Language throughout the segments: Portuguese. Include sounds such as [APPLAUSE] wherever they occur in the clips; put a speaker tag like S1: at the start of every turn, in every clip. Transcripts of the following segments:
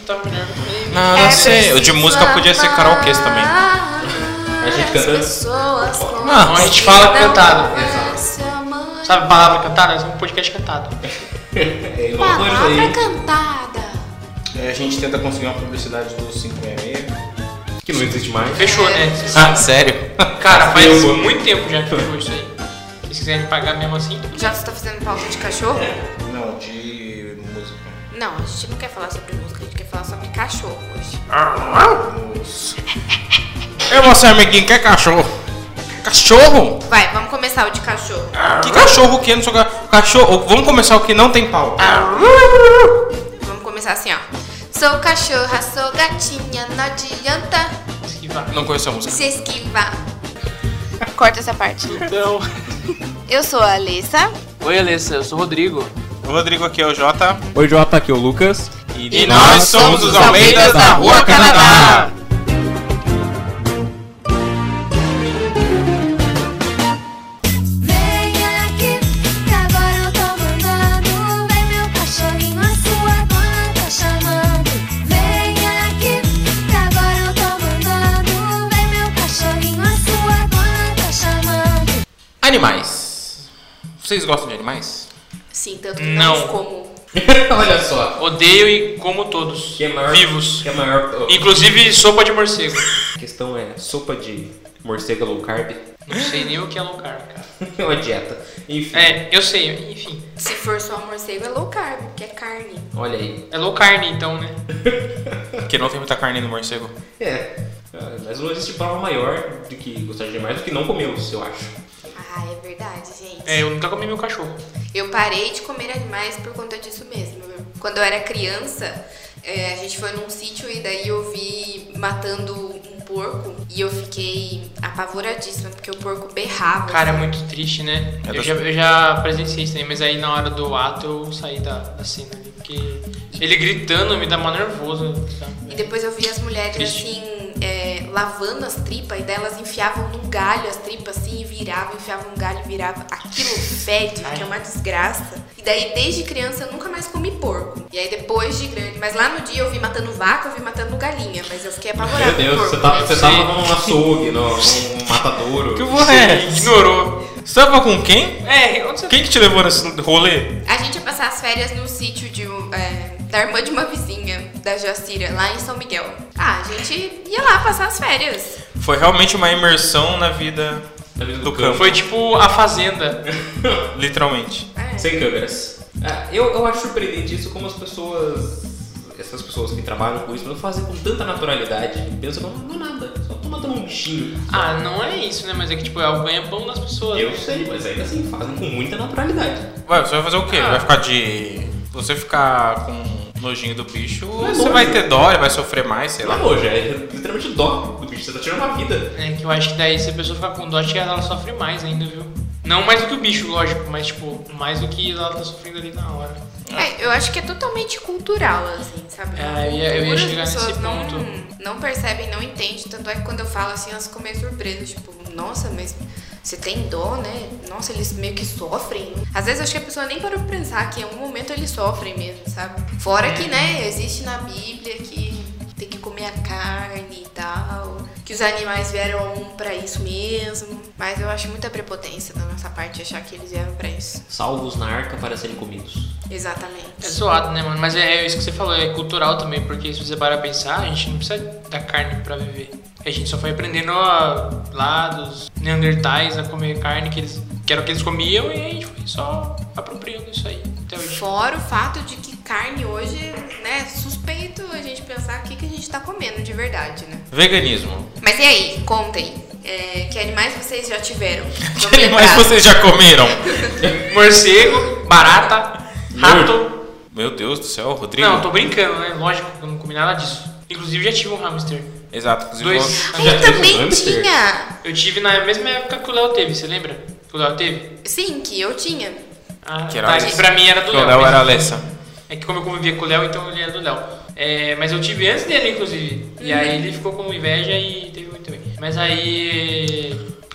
S1: escutar mulher no meio.
S2: Não,
S3: É,
S2: não sei. Ah, O de música podia ser karaokê também.
S3: A gente cantando.
S2: Não,
S1: a gente fala cantado.
S3: Exato.
S1: Sabe palavra cantada? Esse É um podcast cantado.
S3: É
S4: loucura isso
S3: Palavra
S4: aí.
S3: cantada.
S4: É, a gente tenta conseguir uma publicidade do 566.
S3: Que não existe mais.
S1: Fechou, né? Vocês
S2: Ah,
S1: sabem.
S2: sério?
S1: Cara, faz
S3: Fechou.
S1: muito tempo já que fechou isso aí. Se vocês quiserem pagar mesmo assim,
S3: Já você tá fazendo pauta de cachorro?
S4: Não, de [LAUGHS] música.
S3: Não, a gente não quer falar sobre música, a gente quer falar sobre cachorro hoje.
S4: Nos-
S2: [LAUGHS] Eu, você amiguinho, quer cachorro? Cachorro?
S3: Vai, vamos começar o de cachorro.
S2: Que cachorro que é no seu ca- cachorro? Vamos começar o que não tem pau.
S3: Vamos começar assim, ó. Sou cachorra, sou gatinha, não adianta
S1: esquivar.
S2: Não conheço a música.
S3: se esquivar.
S4: Corta essa parte.
S1: Então.
S3: Eu sou a Alessa.
S1: Oi, Alessa, eu sou o Rodrigo.
S2: O Rodrigo aqui é o Jota.
S5: Oi, Jota, aqui é o Lucas.
S2: E nós somos os Almeidas da Rua Canadá.
S6: Vem aqui, que agora eu tô mandando. Vem meu cachorrinho, a sua dona tá chamando. Vem aqui, que agora eu tô mandando. Vem meu cachorrinho, a sua dona tá chamando.
S2: Animais. Vocês gostam de animais?
S3: Sim, tanto que não,
S1: Não.
S3: como.
S5: [LAUGHS]
S2: Olha só.
S1: Odeio e como todos.
S5: Que é maior,
S1: Vivos.
S5: Que é maior. oh,
S1: Inclusive sopa de morcego.
S5: A questão é sopa de morcego low carb. [LAUGHS]
S1: Não sei nem o que é low carb, cara.
S5: é uma dieta. Enfim.
S1: É, eu sei, enfim.
S3: Se for só morcego, é low carb, que é carne.
S5: Olha aí.
S1: É low carne então, né?
S2: Porque não tem muita carne no morcego.
S5: É. Ah, Mas não existe palavra maior do que gostar de animais do que não comer os, eu acho.
S3: Ah, é verdade, gente.
S1: É, eu nunca comi meu cachorro.
S3: Eu parei de comer animais por conta disso mesmo. Quando eu era criança, é, a gente foi num sítio e daí eu vi matando um porco e eu fiquei apavoradíssima porque o porco berrava.
S1: Cara, é muito triste, né?
S2: É
S1: Eu
S2: das-
S1: já, eu já presenciei isso aí, mas aí na hora do ato eu saí da, da cena ali, porque ele gritando me dá mó nervoso.
S3: E depois eu vi as mulheres
S1: Triste.
S3: assim, é, lavando as tripas e daí elas enfiavam num galho as tripas assim e viravam, enfiavam um galho e virava. Aquilo fede,
S1: Ai.
S3: que é uma desgraça. E daí desde criança eu nunca mais comi porco. E aí depois de grande. Mas lá no dia eu vi matando vaca, eu vi matando galinha, mas eu fiquei apavorada.
S5: Meu Deus,
S3: com porco.
S5: você tava, você tá-
S1: Sim.
S5: tava num açougue, num, num matadouro.
S2: Que porra é?
S1: Ignorou.
S2: Você tava com quem?
S1: É, onde você
S2: Quem que te levou nesse rolê?
S3: A gente ia passar as férias no sítio de, um- é, da irmã de uma vizinha, da Jacira, lá em São Miguel. Ah, a gente ia lá passar as férias.
S2: Foi realmente uma imersão na vida
S5: Na vida
S2: do campo.
S1: Foi tipo a fazenda.
S2: Literalmente.
S3: É.
S5: Sem câmeras. Ah, eu, eu acho surpreendente isso como as pessoas. Essas pessoas que trabalham com isso não fazem com tanta naturalidade. Pensa, não, não é nada. Só tô matando um bichinho.
S1: Ah, não é isso, né? Mas é que tipo, é o ganha-pão das pessoas.
S5: Eu sei, mas ainda assim fazem com muita naturalidade.
S2: Ué, você vai fazer o quê?
S1: Ah.
S2: Vai ficar de. Você ficar com nojinho do bicho,
S5: é
S2: você
S5: nojo.
S2: vai ter dó, ele vai sofrer mais, sei
S5: Sei lá,
S2: lá.
S5: hoje é literalmente dó do bicho. Você tá tirando uma vida.
S1: É que eu acho que daí se a pessoa ficar com dó, acho que ela sofre mais ainda, viu? Não mais do que o bicho, lógico, mas tipo, mais do que ela tá sofrendo ali na hora.
S3: É, eu acho que é totalmente cultural, assim, sabe?
S1: É, eu ia- eu ia
S3: Cultura,
S1: chegar
S3: as pessoas
S1: nesse
S3: não,
S1: ponto.
S3: Não percebem, não entendem. Tanto é que quando eu falo assim, elas ficam meio surpresas. Tipo, nossa, mas você tem dó, né? Nossa, eles meio que sofrem. Às vezes eu acho que a pessoa nem parou pra pensar que em algum momento eles sofrem mesmo, sabe?
S1: É.
S3: Fora que, né, existe na Bíblia que tem que comer a carne e tal. Que os animais vieram ao mundo pra isso mesmo. Mas eu acho muita prepotência da nossa parte achar que eles vieram pra isso.
S5: Salvos na arca para serem comidos.
S1: É
S3: Exatamente.
S1: zoado, né, mano? Mas é, é isso que você falou, é cultural também, porque se você parar pra pensar, a gente não precisa da carne pra viver. A gente só foi aprendendo ó, lá dos neandertais a comer carne, que, eles, que era o que eles comiam, e a gente foi só apropriando isso aí. Até [LAUGHS] hoje.
S3: Fora o fato de que carne hoje, né, suspeito a gente pensar o que, que a gente tá comendo de verdade, né?
S2: Veganismo.
S3: Mas e aí, contem. é, que animais vocês já tiveram?
S2: [LAUGHS] Que animais vocês já comeram?
S1: Morcego, barata, rato.
S2: Meu Deus do céu, Rodrigo.
S1: Não, tô brincando, né? Lógico que eu não comi nada disso. Inclusive já tive um hamster.
S2: Exato, inclusive.
S1: Dois.
S3: Ai, eu
S5: Já teve um
S3: também
S5: hamster?
S3: tinha!
S1: Eu tive na mesma época que o Léo teve, você lembra? Que o Léo teve?
S3: Sim, que eu tinha.
S1: Ah,
S2: Que era
S1: tá,
S2: Alessa.
S1: que pra mim era do
S2: Que o
S1: Léo.
S2: Léo
S1: mas
S2: era a
S1: enfim.
S2: Alessa.
S1: É que como eu convivia com o Léo, então ele era do Léo. É, mas eu tive antes dele, inclusive. E aí ele ficou com inveja e teve muito bem. Mas aí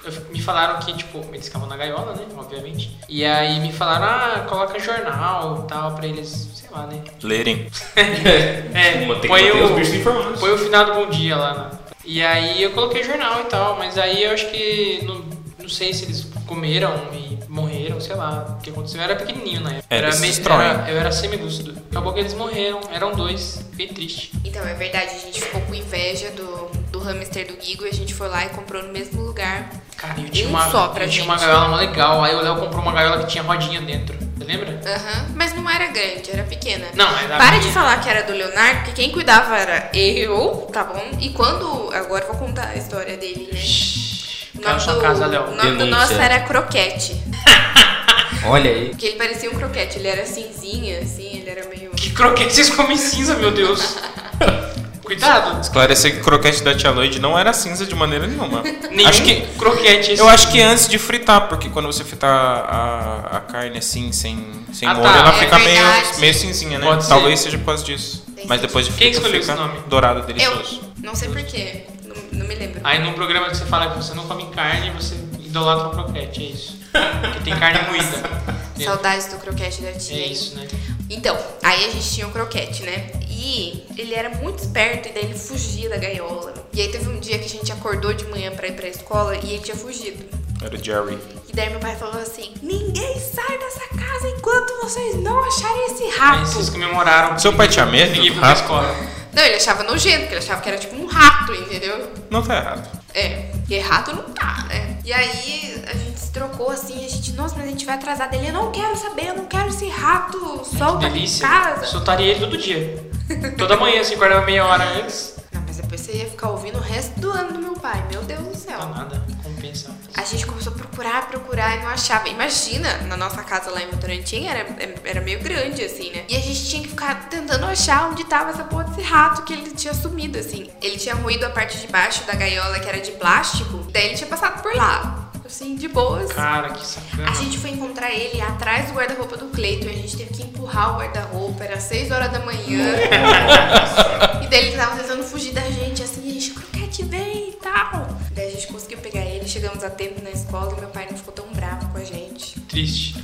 S1: eu f- me falaram que, tipo, eles ficavam na gaiola, né? Obviamente. E aí me falaram, ah, coloca jornal e tal, pra eles, sei lá, né?
S2: Lerem.
S1: É,
S5: Uma- tem que
S1: põe
S5: manter
S1: o-
S5: os bichos informados.
S1: Põe o final do bom dia lá. né? E aí eu coloquei jornal e tal, mas aí eu acho que não, não sei se eles comeram e morreram, sei lá, o que aconteceu. Eu era pequenininho na época.
S2: É,
S1: era
S2: eles se
S1: meio-
S2: destroem.
S1: era- eu era semilúcido. Acabou que eles morreram, eram dois, fiquei triste.
S3: Então, é verdade, a gente ficou com inveja do, do hamster do Guigo e a gente foi lá e comprou no mesmo lugar.
S1: Cara, eu tinha
S3: Um
S1: uma,
S3: só pra
S1: eu tinha uma
S3: gente.
S1: gaiola mó legal, aí o Léo comprou uma gaiola que tinha rodinha dentro. Você lembra?
S3: Aham, mas não era grande, era pequena.
S1: Não, era
S3: Para de
S1: minha.
S3: falar que era do Leonardo, porque quem cuidava era eu, tá bom? E quando. Agora eu vou contar a história dele, né? O
S1: Fica na
S3: nome
S1: sua
S3: do-
S1: casa, Léo.
S3: o nome do
S5: Denúncia.
S3: nosso era Croquete.
S5: [LAUGHS] Olha aí.
S3: Porque ele parecia um croquete, ele era cinzinha, assim, ele era meio.
S1: Que croquete vocês comem cinza, meu Deus.
S3: [LAUGHS]
S1: Cuidado.
S2: Esclarecer que o croquete da tia Lloyd não era cinza de maneira nenhuma.
S1: [LAUGHS] Nenhum
S2: acho que
S1: croquete assim. esse.
S2: eu acho que antes de fritar, porque quando você fritar a, a carne assim, sem, sem
S1: Ah, tá,
S2: molho, ela
S3: é
S2: fica meio,
S3: verdade.
S2: meio cinzinha, né?
S1: Pode ser.
S2: Talvez seja por causa disso. Mas
S3: Tem sentido.
S2: depois de
S1: Quem
S2: frita,
S1: escolheu
S2: fica
S1: esse nome?
S2: dourado,
S3: Eu
S2: delicioso.
S3: não sei porquê, não, não me lembro.
S1: Aí num programa que você fala que você não come carne, você idolatra o croquete, é isso. Porque tem carne
S3: [LAUGHS]
S1: moída. dentro.
S3: Saudades do croquete da
S1: É
S3: tia. hein?
S1: isso, né?
S3: Então, aí a gente tinha o croquete, né? E ele era muito esperto e daí ele fugia da gaiola. E aí teve um dia que a gente acordou de manhã pra ir pra escola e ele tinha fugido.
S2: Era o Jerry.
S3: E daí meu pai falou assim: Ninguém sai dessa casa enquanto vocês não acharem esse rato.
S1: Aí vocês comemoraram.
S2: Seu pai tinha medo
S1: Ninguém
S2: do
S1: foi pra
S2: rato?
S1: escola.
S3: Não, ele achava nojento, porque ele achava que era tipo um rato, entendeu?
S2: Não tá errado.
S3: É, e errado não tá, né? E aí a gente se trocou assim, a gente, nossa, mas a gente vai atrasar dele. Eu não quero saber, eu não quero esse rato, solta aqui em
S1: Delícia.
S3: casa.
S1: Soltaria ele todo dia. Toda manhã, assim, acordava meia hora antes.
S3: Não, mas depois você ia ficar ouvindo o resto do ano do meu pai, meu Deus do céu.
S1: Não, nada. Compensa.
S3: A gente começou a procurar, procurar e não achava. Imagina, na nossa casa lá em Votorantim era, é, era meio grande, assim, né? E a gente tinha que ficar tentando achar onde tava essa porra desse rato que ele tinha sumido, assim. Ele tinha ruído a parte de baixo da gaiola que era de plástico, daí ele tinha passado por lá, assim, de boas.
S1: Cara, que
S3: A
S1: sacana.
S3: gente foi encontrar ele atrás do guarda-roupa do Cleiton. A gente teve que empurrar o guarda-roupa. Era 6 horas da manhã.
S1: [LAUGHS]
S3: e daí ele tava tentando fugir da gente, assim, a gente, croquete, vem e tal. Daí a gente conseguiu pegar ele, chegamos a tempo na escola e meu pai não ficou tão bravo com a gente.
S1: Triste.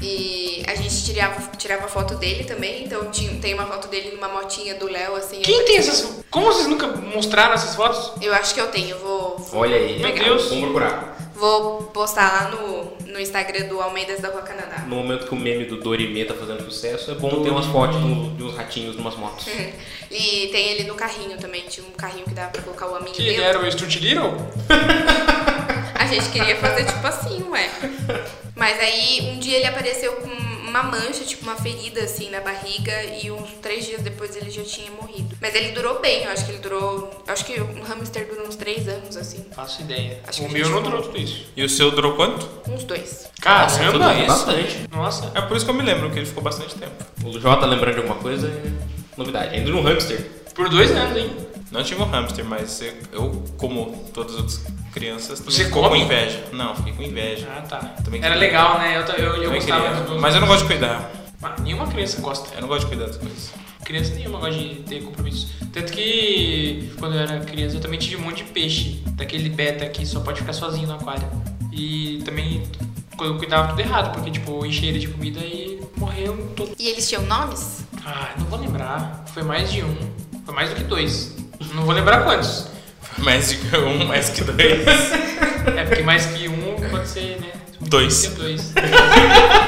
S3: E a gente tirava, tirava foto dele também, então tinha, tem uma foto dele numa motinha do Léo, assim.
S1: Quem
S3: aí-
S1: tem essas. Como vocês nunca mostraram essas fotos?
S3: Eu acho que eu tenho, eu vou,
S5: Olha aí.
S1: Meu Deus.
S5: Vamos procurar.
S3: vou postar lá no, no Instagram do Almeidas da Rua Canadá.
S5: No momento que o meme do Dorimê tá fazendo sucesso, é bom ter umas fotos do- de uns ratinhos numas motos.
S3: E tem ele no carrinho também, tinha um carrinho que dava pra colocar o amigo
S1: Que ele era
S3: dentro.
S1: o Stuart Little?
S3: A gente queria fazer tipo assim, ué. Mas aí um dia ele apareceu com uma mancha, tipo uma ferida assim na barriga, e uns três dias depois ele já tinha morrido. Mas ele durou bem, eu acho que ele durou. eu Acho que um hamster durou uns três anos, assim.
S1: Faço ideia.
S3: Acho
S1: o
S3: que a
S1: meu
S3: gente
S1: não
S3: não-
S1: durou tudo isso.
S2: E o seu durou quanto?
S3: Uns dois.
S5: Tudo
S1: Caramba,
S5: bem,
S1: isso.
S5: bastante.
S1: Nossa.
S2: É por isso que eu me lembro que ele ficou bastante tempo.
S5: O Jota lembrando de alguma coisa é novidade. Ainda no hamster.
S1: Por dois anos, hein?
S2: Não tive um hamster, mas eu, eu, como todas as outras crianças, também
S1: Você
S2: ficou
S1: come?
S2: com inveja. Não, fiquei com inveja.
S1: Ah, tá.
S2: Também
S1: Era
S2: queria.
S1: legal, né? Eu, eu, eu
S2: Também
S1: gostava
S2: queria.
S1: dos meus
S2: Mas eu não gosto de cuidar.
S1: Ah, nenhuma criança gosta.
S2: Eu não gosto de cuidar das coisas. [LAUGHS]
S1: Criança nenhuma gosta de ter compromisso. Tanto que quando eu era criança eu também tive um monte de peixe, daquele beta que só pode ficar sozinho no aquário. E também quando eu cuidava tudo errado, porque tipo, eu enchei ele de comida e morreu todo.
S3: E eles tinham nomes?
S1: Ah, não vou lembrar. Foi mais de um. Foi mais do que dois. Não vou lembrar quantos.
S2: Foi mais que um, mais que dois.
S1: É porque mais que um pode ser, né?
S2: Dois.
S1: Pode ser dois. [LAUGHS]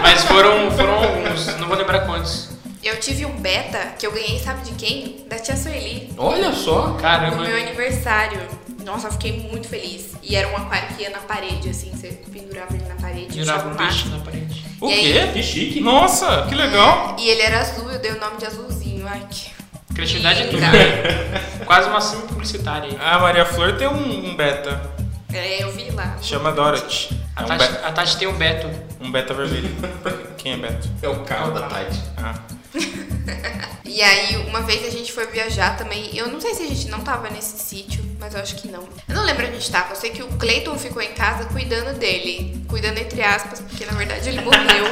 S1: Mas foram, foram alguns, não vou lembrar quantos.
S3: Eu tive um beta que eu ganhei, sabe de quem? Da tia Sueli.
S5: Olha só.
S1: Caramba.
S3: No meu aniversário. Nossa, eu fiquei muito feliz. E era um aquário que ia na parede, assim, você pendurava ele na parede.
S1: Girava
S3: puxava
S1: um
S3: o
S1: peixe
S3: maço.
S1: na parede.
S2: O
S3: E aí?
S5: É,
S2: quê? Que chique. Nossa, que legal.
S3: E ele era azul, eu dei o nome de azulzinho. Ai, que.
S1: Criatividade é tudo,
S3: Tá.
S1: né? Quase uma cima publicitária aí.
S2: A Maria Flor tem um, um beta.
S3: É, eu vi lá.
S2: Chama Dorothy. É
S1: A
S2: um,
S1: Tati,
S2: be-
S1: a Tati tem um Beto.
S2: um beta vermelho. Quem é beta?
S5: É o carro da Tati.
S2: Ah.
S3: E aí, uma vez a gente foi viajar também. Eu não sei se a gente não tava nesse sítio, mas eu acho que não. Eu não lembro onde a gente tava. Eu sei que o Clayton ficou em casa cuidando dele. Cuidando entre aspas, porque na verdade ele morreu.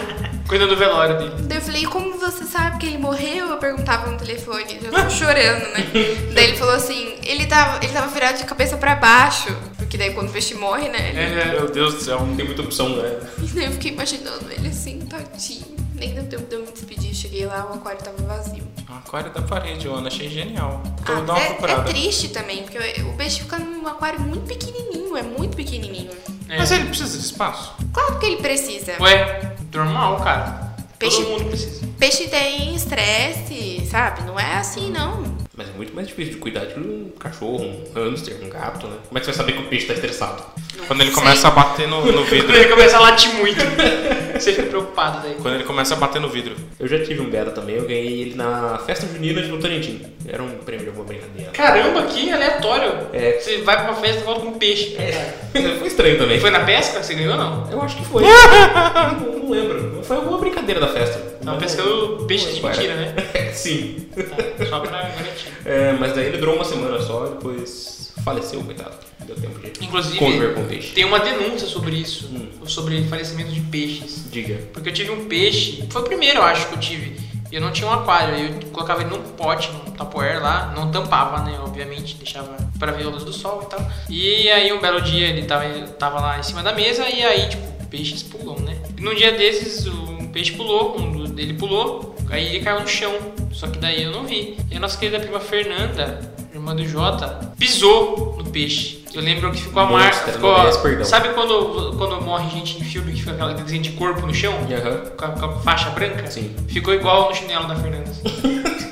S1: Cuidando do velório dele.
S3: Daí eu falei, como você sabe que ele morreu? Eu perguntava no telefone, já tô chorando, né? Daí ele falou assim, ele tava, ele tava virado de cabeça pra baixo, porque Porque daí quando o peixe morre, né? ele-
S1: É,
S5: Meu Deus do céu, não tem muita opção, né?
S3: E [LAUGHS] daí eu fiquei imaginando ele assim, tadinho. Nem deu tempo de eu me despedir. Cheguei lá, o aquário tava vazio.
S2: Um aquário da parede, Ana, achei genial. Então
S3: Ah,
S2: vou dar
S3: mas
S2: uma
S3: é, é
S2: procurada.
S3: triste também, porque o peixe fica num aquário muito pequenininho, é muito pequenininho.
S1: é.
S2: Mas ele precisa de espaço.
S3: Claro que ele precisa.
S1: Ué, normal, cara.
S3: Peixe-
S1: Todo mundo precisa.
S3: Peixe tem estresse, sabe? Não é assim, não.
S5: Mas é muito mais difícil de cuidar de um cachorro, um hamster, um gato, né? Como é que você vai saber que o peixe tá estressado?
S2: Quando ele começa a bater no, no
S1: Quando [LAUGHS]
S2: vidro.
S1: ele começa a latir muito, você fica preocupado daí.
S2: Quando ele começa a bater no vidro.
S5: Eu já tive um beta também, eu ganhei ele na festa junina de Votorantim. Era um prêmio de alguma brincadeira.
S1: Caramba, que aleatório.
S5: É. [LAUGHS]
S1: Você vai pra uma festa e volta com um peixe.
S5: Foi estranho também.
S1: Foi na pesca? Você ganhou ou não?
S5: Eu acho que foi. não, não lembro. Foi alguma brincadeira da festa.
S1: Tava
S5: Mas-
S1: pescando peixe de
S5: Qual era?
S1: mentira, né?
S5: Sim.
S1: Tá, só pra garantir.
S5: É, mas daí ele durou uma semana só, depois faleceu, coitado. Deu tempo de
S1: Inclusive,
S5: conviver com o peixe.
S1: Tem uma denúncia sobre isso,
S5: Hum.
S1: sobre falecimento de peixes.
S5: Diga.
S1: Porque eu tive um peixe, foi o primeiro, eu acho, que eu tive. E eu não tinha um aquário, eu colocava ele num pote, num tapoer lá, não tampava, né? Obviamente, deixava pra ver a luz do sol e tal. E aí um belo dia ele tava, tava lá em cima da mesa e aí, tipo, peixes pulam, né? E num dia desses, um peixe pulou, um do- dele pulou, aí ele caiu no chão. Só que daí eu não vi. E a nossa querida prima Fernanda, irmã do Jota, pisou no peixe. Eu lembro que ficou a marca.
S5: Monstra,
S1: Ficou,
S5: não merece perdão.
S1: sabe quando, quando morre gente em filme que fica aquela desenho de corpo no chão?
S5: E Aham.
S1: com a, com a faixa branca,
S5: Sim.
S1: ficou igual no chinelo da Fernanda.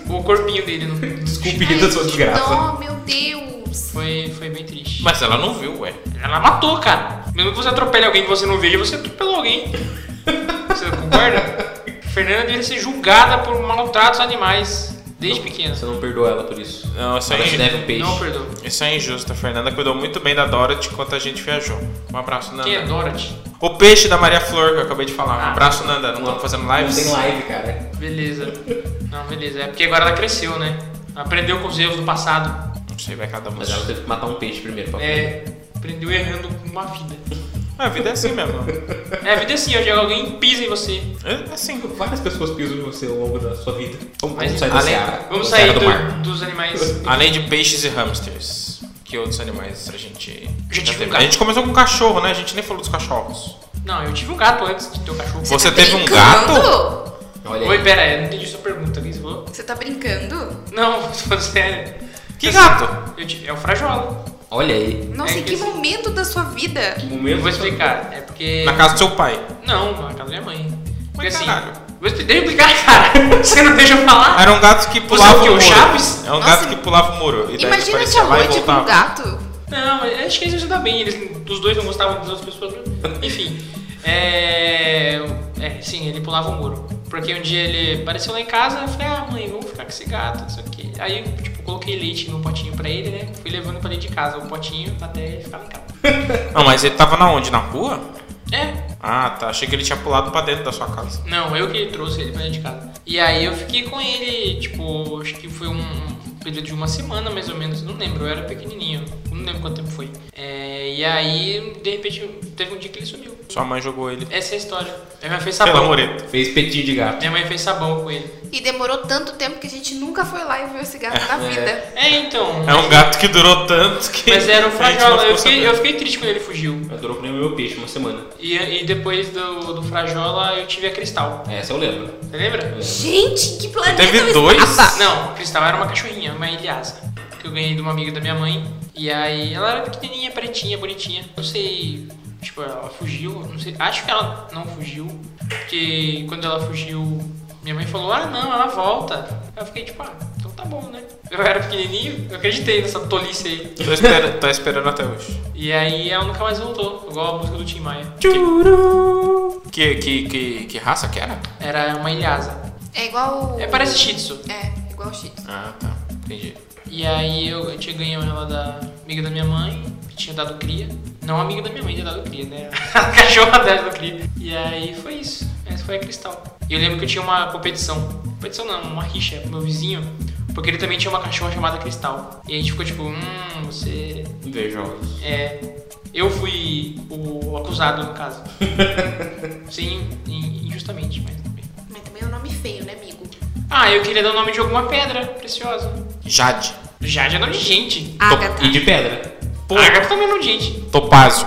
S1: o corpinho dele no, no
S5: Desculpe [LAUGHS]
S3: Ai,
S5: da sua
S3: que
S5: desgraça.
S3: dó, meu Deus.
S1: Foi, foi bem triste.
S2: Mas ela não viu, ué.
S1: Ela matou, cara. Mesmo que você atropele alguém que você não veja, você atropelou alguém. você concorda? Fernanda deveria ser julgada por maltratos a animais desde pequena.
S5: Você não perdoa ela por isso.
S2: Não, isso
S5: Ela
S2: aí.
S5: te deve um peixe.
S1: Não perdoa.
S2: Isso é injusto. A Fernanda cuidou muito bem da Dorothy enquanto a gente viajou. Um abraço, Nanda.
S1: Quem é Dorothy?
S2: O peixe da Maria Flor, que eu acabei de falar. Um
S1: Ah.
S2: abraço, Nanda. Não estamos fazendo lives?
S5: Não tem live, cara.
S1: Beleza. Não, beleza. É porque agora ela cresceu, né? Aprendeu com os erros do passado.
S2: Não sei, vai cada um.
S5: Mas ela teve que matar um peixe primeiro pra
S1: É, aprendeu errando uma vida.
S2: A vida é assim mesmo.
S1: [LAUGHS] É, a vida é assim, hoje alguém pisa em você.
S2: É assim.
S5: Várias pessoas pisam em você ao longo da sua vida. Vamos,
S1: Mas
S5: vamos sair da
S2: além-
S5: seara.
S1: Vamos
S5: da seara
S1: sair
S5: do mar.
S1: do- dos animais.
S2: Além de peixes e hamsters. Que outros animais a gente.
S1: Já tive um
S2: teve?
S1: gato.
S2: A gente começou com cachorro, né? A gente nem falou dos cachorros.
S1: Não, eu tive um gato antes de ter um cachorro.
S2: Você
S3: tá
S2: teve um
S3: brincando?
S5: Olha
S1: Oi,
S5: aí.
S1: pera, eu não entendi sua pergunta. Quem você falou?
S3: Você tá brincando?
S1: Não, [LAUGHS] tô falando sério.
S2: Que
S1: Eu-
S2: gato?
S1: Eu tive, é o frajola.
S5: Olha aí.
S3: Nossa,
S1: É
S3: em
S1: que
S3: que
S1: esse-
S3: momento da sua vida?
S5: Que
S1: Eu
S5: momento.
S1: vou explicar. É porque.
S2: Na casa do seu pai.
S1: Não, na casa da minha mãe. Porque assim.
S2: caralho.
S1: Vou expli- Deixa eu explicar, [LAUGHS] cara. Você não deixa eu falar?
S2: Era um gato que pulava
S1: é o quê? O
S2: muro.
S1: Chaves?
S2: É um
S3: Nossa.
S2: gato que pulava o muro. E daí ele
S3: Imagina que
S2: aparecia
S3: a
S2: lá e
S3: Lorde com um
S2: voltava.
S3: gato.
S1: Não, mas acho que eles ajudam bem. Eles, os dois não gostavam das outras pessoas. Enfim. É, é, sim, ele pulava o muro. Porque um dia ele apareceu lá em casa, eu falei, ah mãe, vamos ficar com esse gato, não sei o quê. Aí, tipo, coloquei leite num potinho pra ele, né? Fui levando pra dentro de casa o potinho até ele ficar lá em casa.
S2: Não, mas ele tava na onde? Na rua?
S1: É,
S2: Ah, tá. Achei que ele tinha pulado pra dentro da sua casa.
S1: não, eu que trouxe ele pra dentro de casa. E aí eu fiquei com ele, tipo, acho que foi um, um período de uma semana mais ou menos, não lembro, eu era pequenininho, não lembro quanto tempo foi. É, e aí, de repente, teve um dia que ele sumiu.
S2: Sua mãe jogou ele
S1: Essa é a história. Minha mãe fez
S2: pela
S1: sabão.
S2: mureta.
S5: Fez petinho de gato.
S1: Minha mãe fez sabão com ele.
S3: E demorou tanto tempo que a gente nunca foi lá e viu esse gato na vida.
S1: É, então.
S2: É um gato que durou tanto que.
S1: Mas era o
S2: a gente não
S1: Frajola. Eu
S2: ficou
S1: fiquei,
S2: sabendo.
S1: eu fiquei triste quando ele fugiu.
S5: Eu durou que nem o meu peixe, uma semana.
S1: E, e depois do, do Frajola eu tive a Cristal.
S5: É, Essa eu lembro.
S1: Você lembra?
S3: Gente, em que planeta
S2: Teve
S3: eu
S2: dois?
S3: estava?
S1: Não, a Cristal era uma cachorrinha, uma ilhasa. Que eu ganhei de uma amiga da minha mãe. E aí ela era pequenininha, pretinha, bonitinha. Não sei. Tipo, ela fugiu. Não sei. Acho que ela não fugiu. Porque quando ela fugiu, minha mãe falou: ah, não, ela volta. Eu fiquei tipo, ah, então tá bom, né? Eu era pequenininho, eu acreditei nessa tolice aí.
S2: Tô esperando, tô esperando até hoje.
S1: E aí ela nunca mais voltou, igual a música do Tim Maia.
S2: Que, que, que, que raça que era?
S1: Era uma ilhasa.
S3: É igual.
S1: É, parece Shih Tzu.
S3: É, igual o Cheetos.
S2: Ah, tá. Entendi.
S1: E aí eu, eu tinha ganhado ela da amiga da minha mãe, que tinha dado cria. Não amiga da minha mãe, tinha dado cria, né? [LAUGHS] A cachorra dela cria. E aí foi isso. Essa foi a cristal. E eu lembro que eu tinha uma competição. Competição não, uma rixa com meu vizinho. Porque ele também tinha uma cachorra chamada Cristal. E a gente ficou tipo, hum, você
S5: Invejosos.
S1: É, eu fui o acusado no caso. Sim, in- injustamente, mas tudo bem.
S3: Mas também é um nome feio, né, amigo?
S1: Ah, eu queria dar o nome de alguma pedra preciosa.
S2: Jade.
S3: Ah,
S1: Jade é nome de gente.
S3: Agatha.
S5: E de pedra.
S2: Pô,
S1: Ágata também não gente.
S2: Topázio.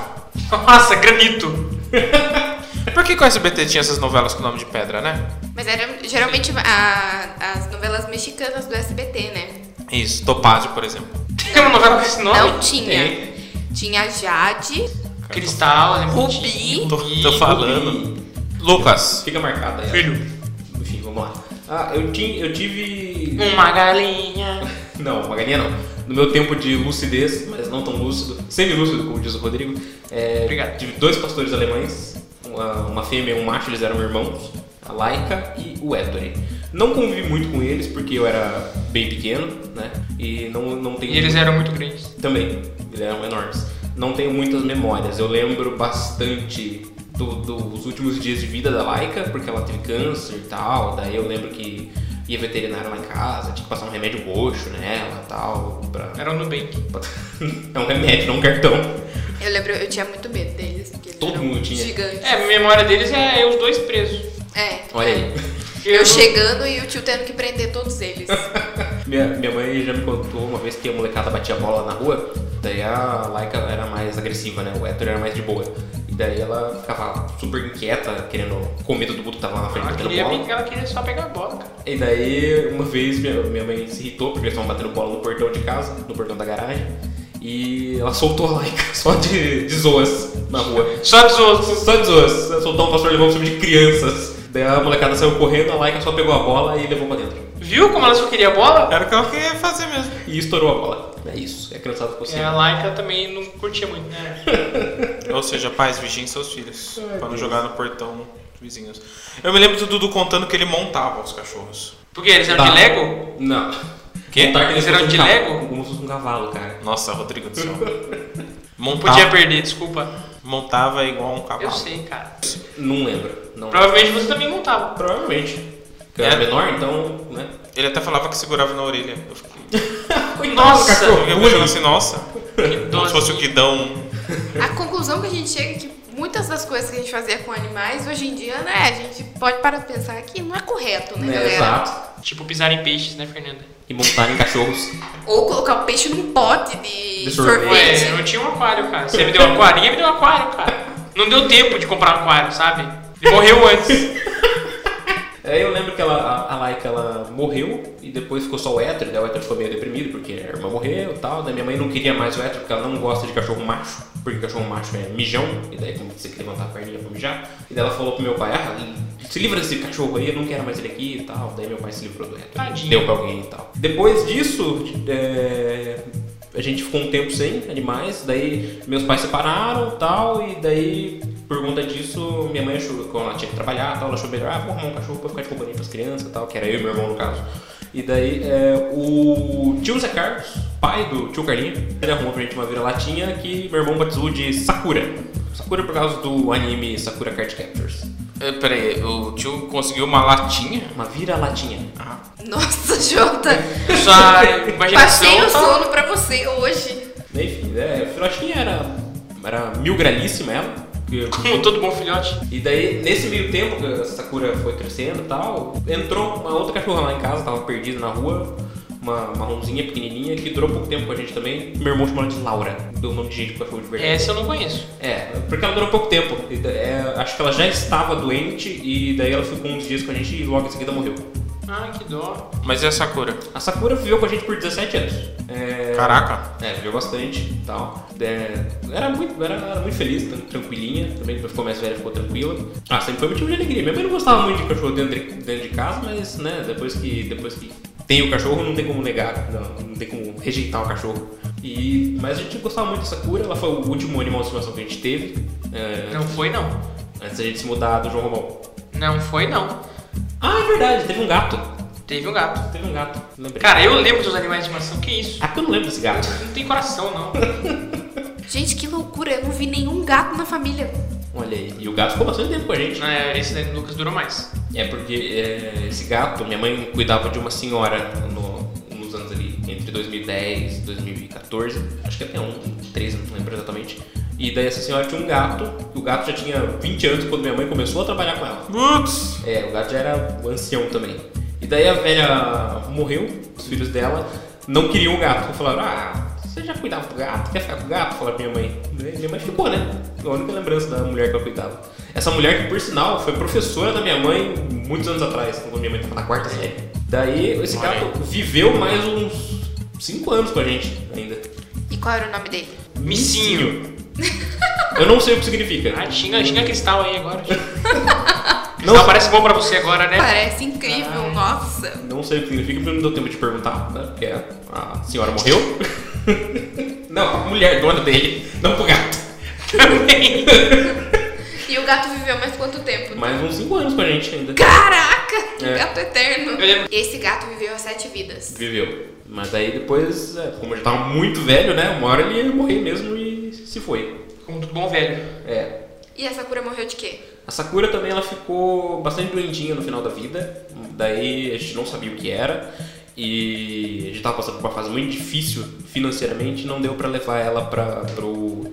S1: Nossa, granito.
S2: Por que, que o SBT tinha essas novelas com nome de pedra, né?
S3: Mas era geralmente a- as novelas mexicanas do SBT, né?
S2: Isso, Topázio, por exemplo.
S1: Tem uma novela com esse nome?
S3: Não tinha. Tinha Jade,
S1: Cristal, é eu lembro que
S3: Rubi.
S2: Tô,
S1: Ih,
S2: tô falando. Lucas.
S5: Fica marcado aí. ó.
S1: Filho.
S5: Enfim, vamos lá. Ah, eu, ti, eu tive.
S1: Uma galinha.
S5: [LAUGHS] Não, uma galinha não. No meu tempo de lucidez, mas não tão lúcido, semi-lúcido, como diz o Rodrigo, é,
S1: Obrigado.
S5: tive dois pastores alemães, uma, uma fêmea e um macho, eles eram irmãos, a Laika e o Ettore. Não convivi muito com eles, porque eu era bem pequeno, né? E não, não tenho.
S1: E eles eram muito grandes.
S5: Também, eles eram enormes. Não tenho muitas memórias. Eu lembro bastante do- dos últimos dias de vida da Laika, porque ela teve câncer e tal. Daí eu lembro que ia veterinário lá em casa, tinha que passar um remédio roxo nela e tal. Pra... [LAUGHS]
S1: Era o Nubank.
S5: é um remédio, não um cartão.
S3: Eu lembro, eu tinha muito medo deles, porque eles
S5: Todo
S3: eram
S5: mundo tinha.
S3: gigantes.
S1: É, a memória deles é os dois presos.
S3: É.
S5: Olha aí.
S3: Eu
S1: não-
S3: chegando e o tio tendo que prender todos eles.
S5: Minha, minha mãe já me contou uma vez que a molecada batia bola na rua, daí a Laika era mais agressiva, né? O Héctor era mais de boa. E daí ela ficava super inquieta, querendo comer todo mundo que tava lá na frente
S1: Ela
S5: batendo
S1: Ah, queria,
S5: bola.
S1: ela queria só pegar a bola, cara.
S5: E daí, uma vez, minha, minha mãe se irritou porque eles estavam batendo bola no portão de casa, no portão da garagem, e ela soltou a laica [LAUGHS] só de, de zoas na rua.
S1: Só dos outros.
S5: Só de zoas. Ela Soltou um pastor alemão em cima de crianças. Daí a molecada saiu correndo, a laica só pegou a bola e levou pra dentro.
S1: Viu como ela só queria a bola?
S2: Era o que eu queria fazer mesmo.
S5: E estourou a bola. É isso. E a criançada ficou sem.
S1: É, a Laika também não curtia muito, né?
S2: Ou seja, pais, vigiem seus filhos. pra não jogar no portão dos vizinhos. Eu me lembro do Dudu contando que ele montava os cachorros.
S1: Porque eles eram
S5: Tá.
S1: de Lego?
S5: Não.
S2: Quê?
S5: Contar que
S1: Eles eram
S5: fossem
S1: de
S5: um cavalo,
S1: Lego?
S5: Como se fosse um cavalo, cara.
S2: Nossa, Rodrigo do céu.
S1: Podia
S2: Montava,
S1: perder, desculpa.
S2: montava igual um cavalo.
S1: Eu sei, cara.
S5: Não lembro. Não lembro.
S1: Provavelmente você também montava.
S5: Provavelmente. Porque eu era
S2: É.
S5: menor, então, né?
S2: Ele até falava que segurava na orelha. Eu fiquei, [LAUGHS]
S1: Nossa,
S2: eu fiquei pensando assim, nossa. Como se fosse o Guidão.
S3: A conclusão que a gente chega é que muitas das coisas que a gente fazia com animais, hoje em dia, né, a gente pode parar de pensar que não é correto, né,
S5: Né,
S3: galera?
S5: Exato.
S1: Tipo pisar em peixes, né, Fernanda?
S5: E montar em cachorros.
S3: Ou colocar o peixe num pote de,
S5: De sorvete.
S3: sorvete.
S1: Ué, eu tinha um aquário, cara. Você me deu um aquarinha, me deu um aquário, cara. Não deu tempo de comprar um aquário, sabe? Ele morreu antes.
S5: É, eu lembro que ela, a, a Laika ela morreu e depois ficou só o hétero, daí o hétero ficou meio deprimido porque a irmã morreu e tal. Daí minha mãe não queria mais o hétero porque ela não gosta de cachorro macho, porque cachorro macho é mijão, e daí como você tem que levantar a perninha pra mijar. E daí ela falou pro meu pai, ah, se livra desse cachorro aí, eu não quero mais ele aqui e tal. Daí meu pai se livrou do hétero,
S1: Tadinho.
S5: deu pra alguém e tal. Depois disso, é, a gente ficou um tempo sem animais, daí meus pais separaram e tal, e daí por conta disso, minha mãe achou, quando ela tinha que trabalhar e tal, ela achou melhor, ah, vou arrumar um cachorro pra ficar de companhia pras crianças e tal, que era eu e meu irmão no caso. E daí é, o tio Zé Carlos, pai do tio Carlinho, ele arrumou pra gente uma vira-latinha que meu irmão batizou de Sakura. Sakura por causa do anime Sakura Card Captors.
S2: É, Peraí, o tio conseguiu uma latinha?
S5: Uma vira-latinha.
S2: Ah,
S3: Nossa, Jota,
S1: Sua imaginação.
S3: passei o
S1: tá-
S3: sono pra você hoje.
S5: Enfim, é, a filhotinha era, era mil gralíssima ela. porque-
S1: Como todo bom filhote.
S5: E daí, nesse meio tempo que a Sakura foi crescendo e tal, entrou uma outra cachorra lá em casa, tava perdida na rua, uma marronzinha pequenininha, que durou pouco tempo com a gente também. Meu irmão chamou ela de Laura, deu o nome de gente pro cachorro de verdade.
S1: Essa eu não conheço.
S5: É, porque ela durou pouco tempo. E da- é, acho que ela já estava doente e daí ela ficou uns dias com a gente e logo em seguida morreu.
S1: Ah, que dó.
S2: Mas e a Sakura?
S5: A Sakura viveu com a gente por 17 anos. É,
S2: Caraca.
S5: É, viveu bastante e tal. É, era, muito, era, era muito feliz, tran- tranquilinha. Também depois ficou mais velha, ficou tranquila. Ah, sempre foi motivo de alegria. Minha mãe não gostava muito de cachorro dentro de, dentro de casa, mas né, depois que, depois que tem o cachorro, não tem como negar, não, não tem como rejeitar o cachorro. E, mas a gente gostava muito dessa cura, ela foi o último animal de estimação que a gente teve. é,
S1: Não foi, não.
S5: Antes da gente se mudar do João Romão.
S1: Não foi, não.
S5: Ah, é verdade, teve um gato.
S1: Teve um gato.
S5: Teve um gato, lembrei.
S1: Cara, eu lembro dos animais de estimação. Que isso?
S5: Ah, porque eu não lembro desse gato.
S1: Não tem coração, não.
S3: Gente, que loucura, eu não vi nenhum gato na família.
S5: Olha aí, e o gato ficou bastante tempo com a gente. né?
S1: É, Esse daí do Lucas durou mais.
S5: É porque é, esse gato, minha mãe cuidava de uma senhora no- nos anos ali, entre 2010 e 2014, acho que até um, 13, não lembro exatamente. E daí essa senhora tinha um gato, e o gato já tinha 20 anos quando minha mãe começou a trabalhar com ela.
S2: Putz.
S5: É, o gato já era ancião também. E daí a velha morreu, os filhos dela não queriam o gato. Falaram, ah, Você já cuidava do gato? Quer ficar com o gato? Fala pra minha mãe. Daí Minha mãe ficou, né? A única lembrança da mulher que eu cuidava. Essa mulher que, por sinal, foi professora da minha mãe muitos anos atrás, quando minha mãe tava na quarta série. Daí, esse
S2: Olha aí.
S5: gato viveu mais uns 5 anos com a gente ainda.
S3: E qual era o nome dele?
S5: Missinho. Eu não sei o que significa.
S1: Ah, xinga, xinga cristal aí agora.
S5: Não,
S1: Não, parece bom pra você agora, né?
S3: Parece incrível, nossa.
S5: Não sei o que significa porque não deu tempo de perguntar, né? Porque a senhora morreu. [LAUGHS] não, a mulher dona dele, não pro gato. Também.
S3: E o gato viveu mais quanto tempo?
S5: Mais uns 5 anos com a gente ainda.
S3: Caraca! Que
S5: É.
S3: gato eterno.
S1: Eu lembro-
S3: Esse gato viveu as sete vidas.
S5: Viveu. Mas aí depois, é, como ele tava muito velho, né? Uma hora ele ia morrer mesmo e se foi.
S1: Como tudo um bom velho.
S5: É.
S3: E a Sakura morreu de quê?
S5: A Sakura também ela ficou bastante doentinha no final da vida. Daí a gente não sabia o que era. E a gente tava passando por uma fase muito difícil financeiramente, não deu pra levar ela para pro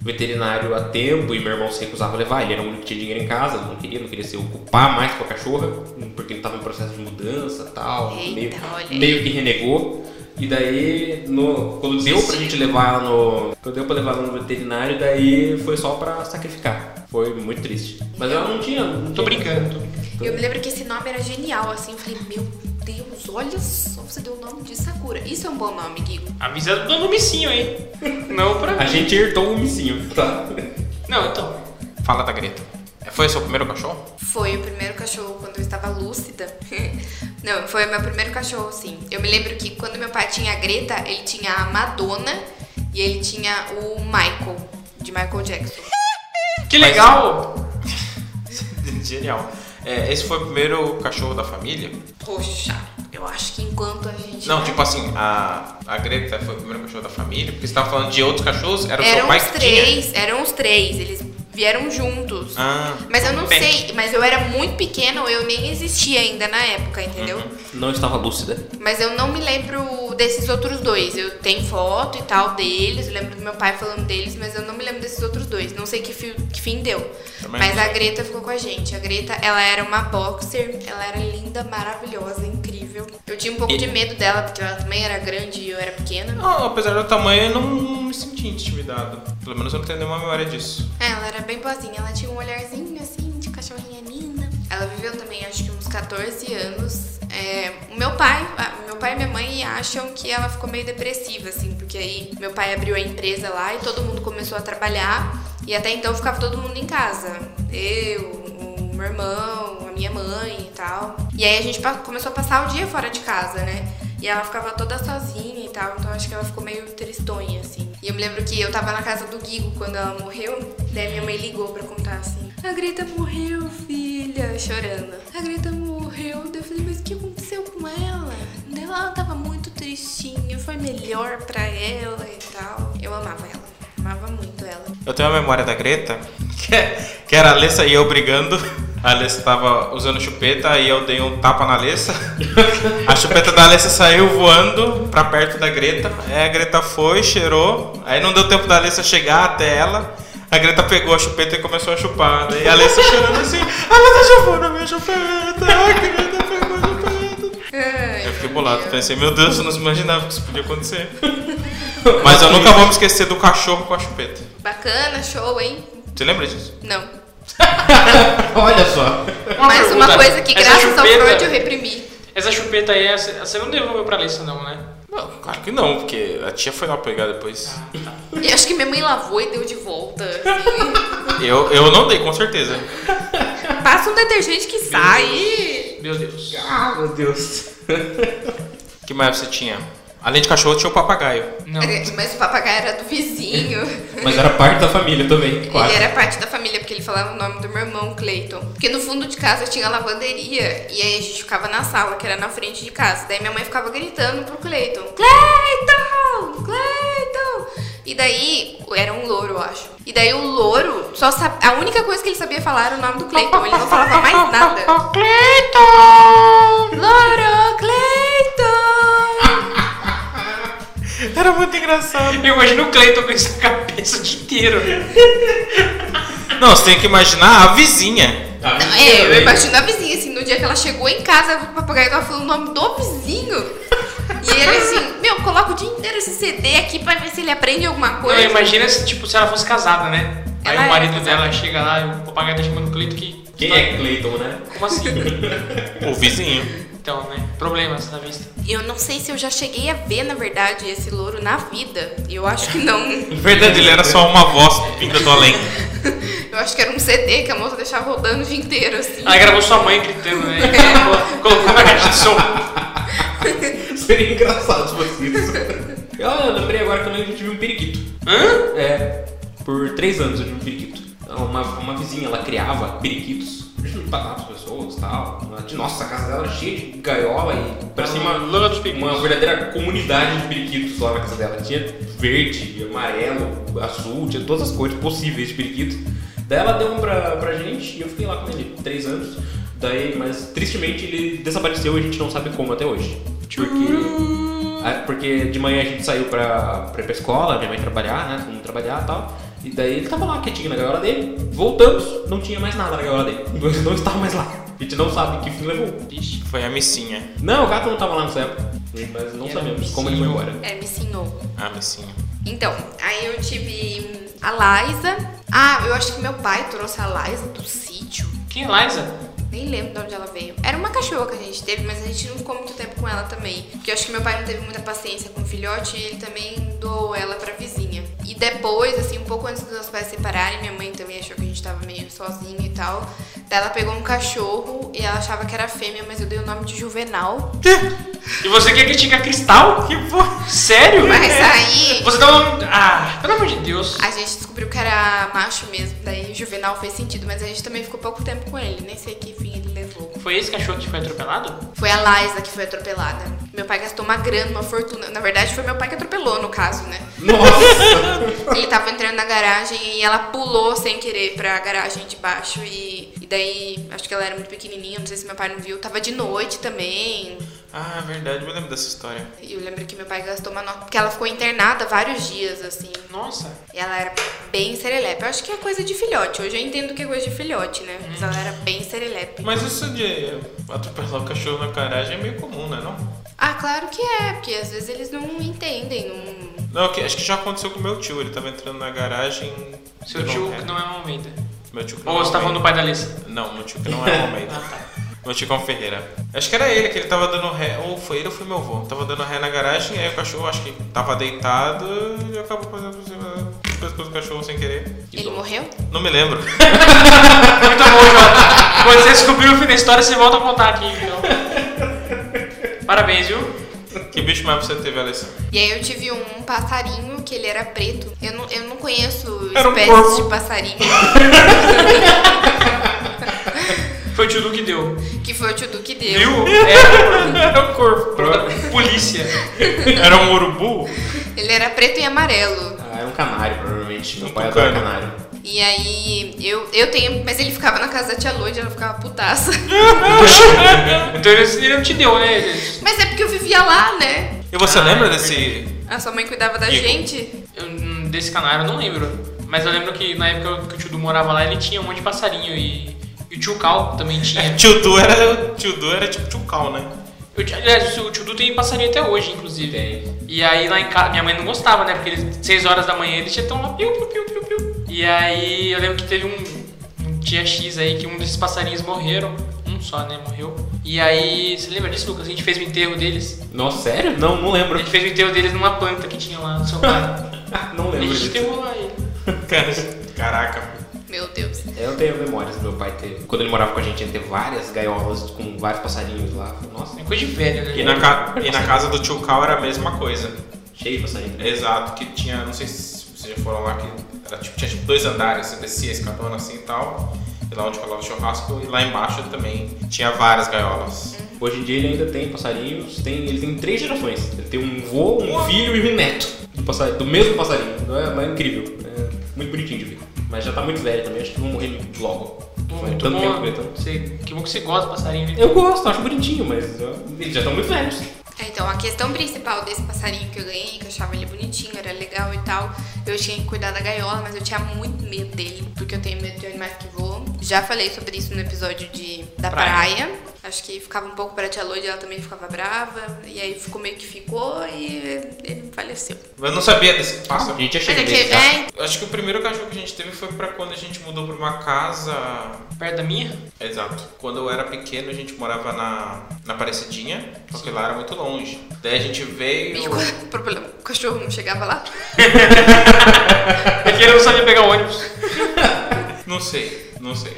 S5: veterinário a tempo e meu irmão se recusava a levar, ele era o único que tinha dinheiro em casa, não queria, não queria se ocupar mais com a cachorra, porque ele tava em processo de mudança e tal,
S3: Eita,
S5: meio,
S3: olha aí.
S5: meio que renegou. E daí, no, quando deu pra gente levar ela no. Quando deu pra levar ela no veterinário, daí foi só pra sacrificar. Foi muito triste. Mas ela não tinha. Não
S1: Tô
S5: tinha-
S1: brincando.
S3: Eu me lembro que esse nome era genial, assim. Eu falei, meu Deus, olha só, você deu o nome de Sakura. Isso é um bom nome, Guigo.
S1: Avisa do no missinho aí. Não pra
S5: A
S1: mim.
S5: gente herdou um missinho, tá?
S1: Não, então.
S2: Fala da Greta. Foi seu primeiro cachorro?
S3: Foi o primeiro cachorro quando eu estava lúcida. [LAUGHS] Não, foi o meu primeiro cachorro, sim. Eu me lembro que quando meu pai tinha a Greta, ele tinha a Madonna e ele tinha o Michael, de Michael Jackson.
S1: Que legal!
S2: [LAUGHS] Genial. É, esse foi o primeiro cachorro da família?
S3: Poxa, eu acho que enquanto a gente.
S2: Não, tipo assim, a, a Greta foi o primeiro cachorro da família, porque você tava falando de outros cachorros, era o seu
S3: eram
S2: pai
S3: os
S2: que tinha.
S3: três, eram os três, eles vieram juntos.
S2: Ah,
S3: Mas eu não
S1: Bem.
S3: sei, mas eu era muito pequena, eu nem existia ainda na época, entendeu?
S2: Uhum.
S5: Não estava lúcida.
S3: Mas eu não me lembro desses outros dois. Eu tenho foto e tal deles, eu lembro do meu pai falando deles, mas eu não me lembro desses outros dois. Não sei que, fio- que fim deu.
S2: Também
S3: mas
S2: não
S3: a Greta ficou com a gente. A Greta, ela era uma boxer, ela era linda, maravilhosa, incrível. Eu tinha um pouco de medo dela, porque ela também era grande e eu era pequena.
S2: Não, apesar do tamanho, eu não, não me senti intimidado. Pelo menos eu não tenho nenhuma memória disso.
S3: É, Ela era bem boazinha, ela tinha um olharzinho assim, de cachorrinha linda. Ela viveu também, acho que uns 14 anos. É, o meu pai, a- meu pai e minha mãe acham que ela ficou meio depressiva, assim, porque aí meu pai abriu a empresa lá e todo mundo começou a trabalhar. E até então ficava todo mundo em casa. Eu, o meu irmão, a minha mãe e tal. E aí a gente pa- começou a passar o dia fora de casa, né? E ela ficava toda sozinha e tal, então acho que ela ficou meio tristonha, assim. E eu me lembro que eu tava na casa do Guigo quando ela morreu, daí minha mãe ligou pra contar assim: A Greta morreu, filha, chorando. A Greta morreu. Daí eu falei: Mas o que aconteceu com ela? Daí ela "Ela tava muito tristinha, foi melhor pra ela e tal. Eu amava ela, amava muito ela.
S2: Eu tenho uma memória da Greta, que, é- que era a Alessa e eu brigando. A Alessa tava usando chupeta e eu dei um tapa na Alessa. A chupeta da Alessa saiu voando pra perto da Greta. Aí a Greta foi, cheirou. Aí não deu tempo da Alessa chegar até ela. A Greta pegou a chupeta e começou a chupar. Daí a Alessa chorando assim: Ela tá chupando a minha chupeta. A Greta pegou a chupeta.
S3: Ai,
S2: Eu fiquei
S3: meu
S2: bolado.
S3: Deus.
S2: Pensei: Meu Deus, eu não imaginava que isso podia acontecer. Mas eu nunca vou me esquecer do cachorro com a chupeta.
S3: Bacana, show, hein?
S2: Você lembra disso?
S3: Não.
S5: Olha só.
S3: Mas uma
S1: pergunta.
S3: coisa que,
S1: Essa
S3: graças ao
S1: chupeta-
S3: Freud, eu reprimi.
S1: Essa chupeta aí, é essa- você não devolveu pra Alessa não, né?
S2: Não, claro que não, porque a tia foi lá pegar depois.
S3: E acho que minha mãe lavou e deu de
S2: [LAUGHS]
S3: volta. assim.
S2: Eu, eu não dei, com certeza.
S3: Passa um detergente que sai.
S1: Meu Deus.
S5: Ah, meu Deus.
S2: que mais você tinha? Além de cachorro, tinha o papagaio.
S1: Não.
S3: É, Mas o papagaio era do vizinho.
S5: [LAUGHS] Mas era parte da família também, quase.
S3: Ele era parte da família, porque ele falava o nome do meu irmão, Cleiton. Porque no fundo de casa tinha lavanderia. E aí a gente ficava na sala, que era na frente de casa. Daí minha mãe ficava gritando pro Cleiton: Cleiton! Cleiton! E daí, era um louro, eu acho. E daí o louro, só sa- a única coisa que ele sabia falar era o nome do Cleiton. Ele não falava mais nada. Cleiton! Louro, Cleiton!
S2: Era muito engraçado.
S1: [LAUGHS] Eu imagino o Cleiton com essa cabeça de inteiro.
S2: Não, você tem que imaginar a vizinha.
S5: Tá,
S3: Não,
S5: mentira,
S3: é, eu
S5: velho.
S3: imagino a vizinha, assim, no dia que ela chegou em casa, o papagaio tava falando o nome do vizinho. E ele assim, meu, coloca o dia inteiro esse CD aqui vai ver se ele aprende alguma
S1: Não,
S3: coisa.
S1: imagina se, tipo, se ela fosse casada, né? Aí
S3: Ela
S1: o
S3: é
S1: marido
S3: casada.
S1: dela chega lá, o papagaio tá chamando o Cleito que.
S5: Quem é Clayton, né?
S1: Como assim?
S2: O vizinho.
S1: então, né? Problemas na
S3: [LAUGHS]
S1: vista.
S3: Eu não sei se eu já cheguei a ver, na verdade, esse louro na vida. Eu acho que não.
S2: Na verdade, ele era só uma voz vinda do além.
S3: Eu acho que era um CD que a moça deixava rodando o dia inteiro, assim.
S1: Aí gravou sua mãe gritando,
S3: [LAUGHS]
S1: né? E colocou- Colocou na caixa de som.
S5: [LAUGHS] Seria engraçado se fosse [LAUGHS] isso. Eu lembrei agora que eu não tive um periquito.
S1: Hã?
S5: É, por três anos eu tive um periquito. Uma, uma vizinha, ela criava periquitos. Pra as pessoas e tal. De nossa, a casa dela era cheia de gaiola e parecia uma,
S1: Lula dos Picos.
S5: uma verdadeira comunidade de periquitos lá na casa dela. Tinha verde, amarelo, azul, tinha todas as cores possíveis de periquito. Daí ela deu um pra, pra gente e eu fiquei lá com ele três anos. Daí, mas tristemente ele desapareceu e a gente não sabe como até hoje. Porque. Ah, Porque de manhã a gente saiu pra, pra ir pra escola, minha mãe trabalhar, né? Todo mundo trabalhar e tal. E daí ele tava lá quietinho na gaiola dele. Voltamos, não tinha mais nada na gaiola dele. [LAUGHS] Ele não estava mais lá. A gente não sabe que fim levou.
S1: Vixe.
S2: Foi a missinha.
S5: Não, o gato não tava lá nessa época. Mas não sabemos como ele um foi embora.
S3: É, me ensinou.
S2: A missinha.
S3: Então, aí eu tive a Liza. Ah, eu acho que meu pai trouxe a Liza do sítio.
S1: Quem é Liza?
S3: Nem lembro de onde ela veio. Era uma cachorra que a gente teve, mas a gente não ficou muito tempo com ela também. Porque eu acho que meu pai não teve muita paciência com o filhote e ele também doou ela pra vizinha. E depois, assim, um pouco antes dos meus pais se separarem, minha mãe também achou que a gente tava meio sozinho e tal. Daí ela pegou um cachorro e ela achava que era fêmea, mas eu dei o nome de Juvenal.
S1: E você quer criticar Cristal? Que porra? Sério?
S3: Mas
S1: É.
S3: aí.
S1: Você dá um. Ah, pelo amor de Deus.
S3: A gente descobriu que era macho mesmo, daí Juvenal fez sentido, mas a gente também ficou pouco tempo com ele, nem sei que fim ele levou.
S1: Foi esse cachorro que foi atropelado?
S3: Foi a Liza que foi atropelada. Meu pai gastou uma grana, uma fortuna. Na verdade, foi meu pai que atropelou, no caso, né?
S5: Nossa!
S3: Ele tava entrando na garagem e ela pulou sem querer pra garagem de baixo e, e daí, acho que ela era muito pequenininha, não sei se meu pai não viu. Tava de noite também.
S2: Ah, é verdade, eu me lembro dessa história.
S3: E eu lembro que meu pai gastou uma nota, porque ela ficou internada vários dias, assim.
S1: Nossa.
S3: E ela era bem serelepe. Eu acho que é coisa de filhote. Hoje eu entendo que é coisa de filhote, né? Mas ela era bem serelepe.
S2: Mas isso de atropelar o cachorro na garagem é meio comum, né? Não?
S3: Ah, claro que é, porque às vezes eles não entendem. Não...
S2: Não, que- acho que já aconteceu com meu tio. Ele tava entrando na garagem.
S1: Seu
S2: deu
S1: tio
S2: um ré.
S1: que não é uma Almeida.
S2: Meu tio que não
S1: Ou você
S2: é
S1: tá
S2: homem.
S1: falando do pai da Ah, tá. Alessa?
S2: Não, meu tio que não é
S1: [LAUGHS]
S2: homem. meu tio que é um Ferreira. Acho que era ele que ele tava dando ré. Ou foi ele ou foi meu avô. Tava dando ré na garagem, aí o cachorro acho que tava deitado e acabou fazendo por cima do pescoço do cachorro sem querer.
S3: Ele morreu?
S2: Não me lembro. [LAUGHS]
S1: Muito bom, Jota. Quando você descobriu o fim da história, você volta a contar aqui, então. Parabéns, viu?
S2: que bicho mais você teve, Alessandro?
S3: E aí eu tive um passarinho que ele era preto. Eu não, eu não conheço
S2: Era um
S3: espécies
S2: corvo.
S3: de passarinho. [LAUGHS]
S1: Foi o tio Du que deu.
S3: que foi o tio Du que deu.
S1: Viu? Era o corpo. Era o corpo. Polícia.
S2: [LAUGHS] Era um urubu?
S3: Ele era preto e amarelo.
S5: Ah, era um canário, provavelmente. Meu
S2: Um
S5: pai adora
S2: tucano.
S5: canário.
S3: E aí eu, eu tenho. Mas ele ficava na casa da tia Loide, ela ficava putaça. [LAUGHS]
S1: Então ele, ele não te deu, né? Ele-
S3: mas é porque eu vivia lá, né?
S2: E você
S1: Ah,
S2: lembra
S1: é
S2: desse.
S3: A sua mãe cuidava da
S2: Igor.
S3: gente.
S1: Eu, hum, desse canário eu não lembro. Mas eu lembro que na época que o tio Du morava lá, ele tinha um monte de passarinho e, e o tio Cal também tinha.
S2: [LAUGHS] Tio Du era, tio Du era tipo tio Cal, né?
S1: Eu, ti- aliás, o tio Du tem passarinho até hoje, inclusive. é. E aí lá em casa, minha mãe não gostava, né? Porque eles, 6 horas da manhã eles já estão lá, piu, piu, piu, piu, piu. E aí eu lembro que teve um, um dia X aí que um desses passarinhos morreram. Um só, né? Morreu. E aí, você lembra disso, Lucas? A gente fez o enterro deles.
S5: Nossa, sério? Não, não
S1: A
S5: lembro. Ah,
S1: gente fez o enterro deles numa planta que tinha lá no seu pai.
S5: não
S1: a
S5: lembro
S1: gente
S5: disso.
S1: enterrou lá ele.
S2: Cara, Caraca.
S3: Meu Deus.
S5: Eu tenho memórias do meu pai ter. Quando ele morava com a gente, ele teve várias gaiolas com vários passarinhos lá. Nossa,
S1: É coisa de velho, né?
S2: E na, ca- e na casa do tio Cal era a mesma coisa.
S5: cheio de passarinho.
S2: Exato, que tinha, não sei se vocês já foram lá, que era, tipo, tinha tipo, dois andares, você descia a escadona assim e tal, e lá onde rolava o churrasco, e lá embaixo também tinha várias gaiolas.
S5: Hoje em dia ele ainda tem passarinhos, tem, ele tem três gerações. Ele tem um vô, um filho e um neto do, passar- do mesmo passarinho. É, mas é incrível. É muito bonitinho de ver. Mas já tá muito velho também, acho que vão morrer logo.
S1: Pô,
S5: Faz
S1: muito
S5: tanto tempo
S1: bom.
S5: que ele tá-
S1: Você, que bom que você gosta de passarinho, né?
S5: Eu gosto, acho bonitinho, mas ó, eles já estão muito velhos.
S3: É, Então, a questão principal desse passarinho que eu ganhei, que eu achava ele bonitinho, era legal e tal, eu tinha que cuidar da gaiola, mas eu tinha muito medo dele, porque eu tenho medo de animais que voam. Já falei sobre isso no episódio de, da praia.
S1: Praia.
S3: Acho que ficava um pouco pra tia Loide, ela também ficava brava, e aí ficou meio que ficou, e ele fale- faleceu.
S2: Eu não sabia desse passo.
S5: A gente já
S3: Mas é
S5: chega
S3: que,
S5: nesse
S3: é,
S2: Eu Acho que o primeiro cachorro que a gente teve foi pra quando a gente mudou pra uma casa.
S1: Perto da minha?
S2: Exato. Quando eu era pequeno, a gente morava na, na Parecidinha, só que lá era muito longe. Daí a gente veio.
S3: e qual é o problema? O cachorro não chegava lá?
S1: É que ele não sabia pegar o ônibus.
S2: Não sei, não sei.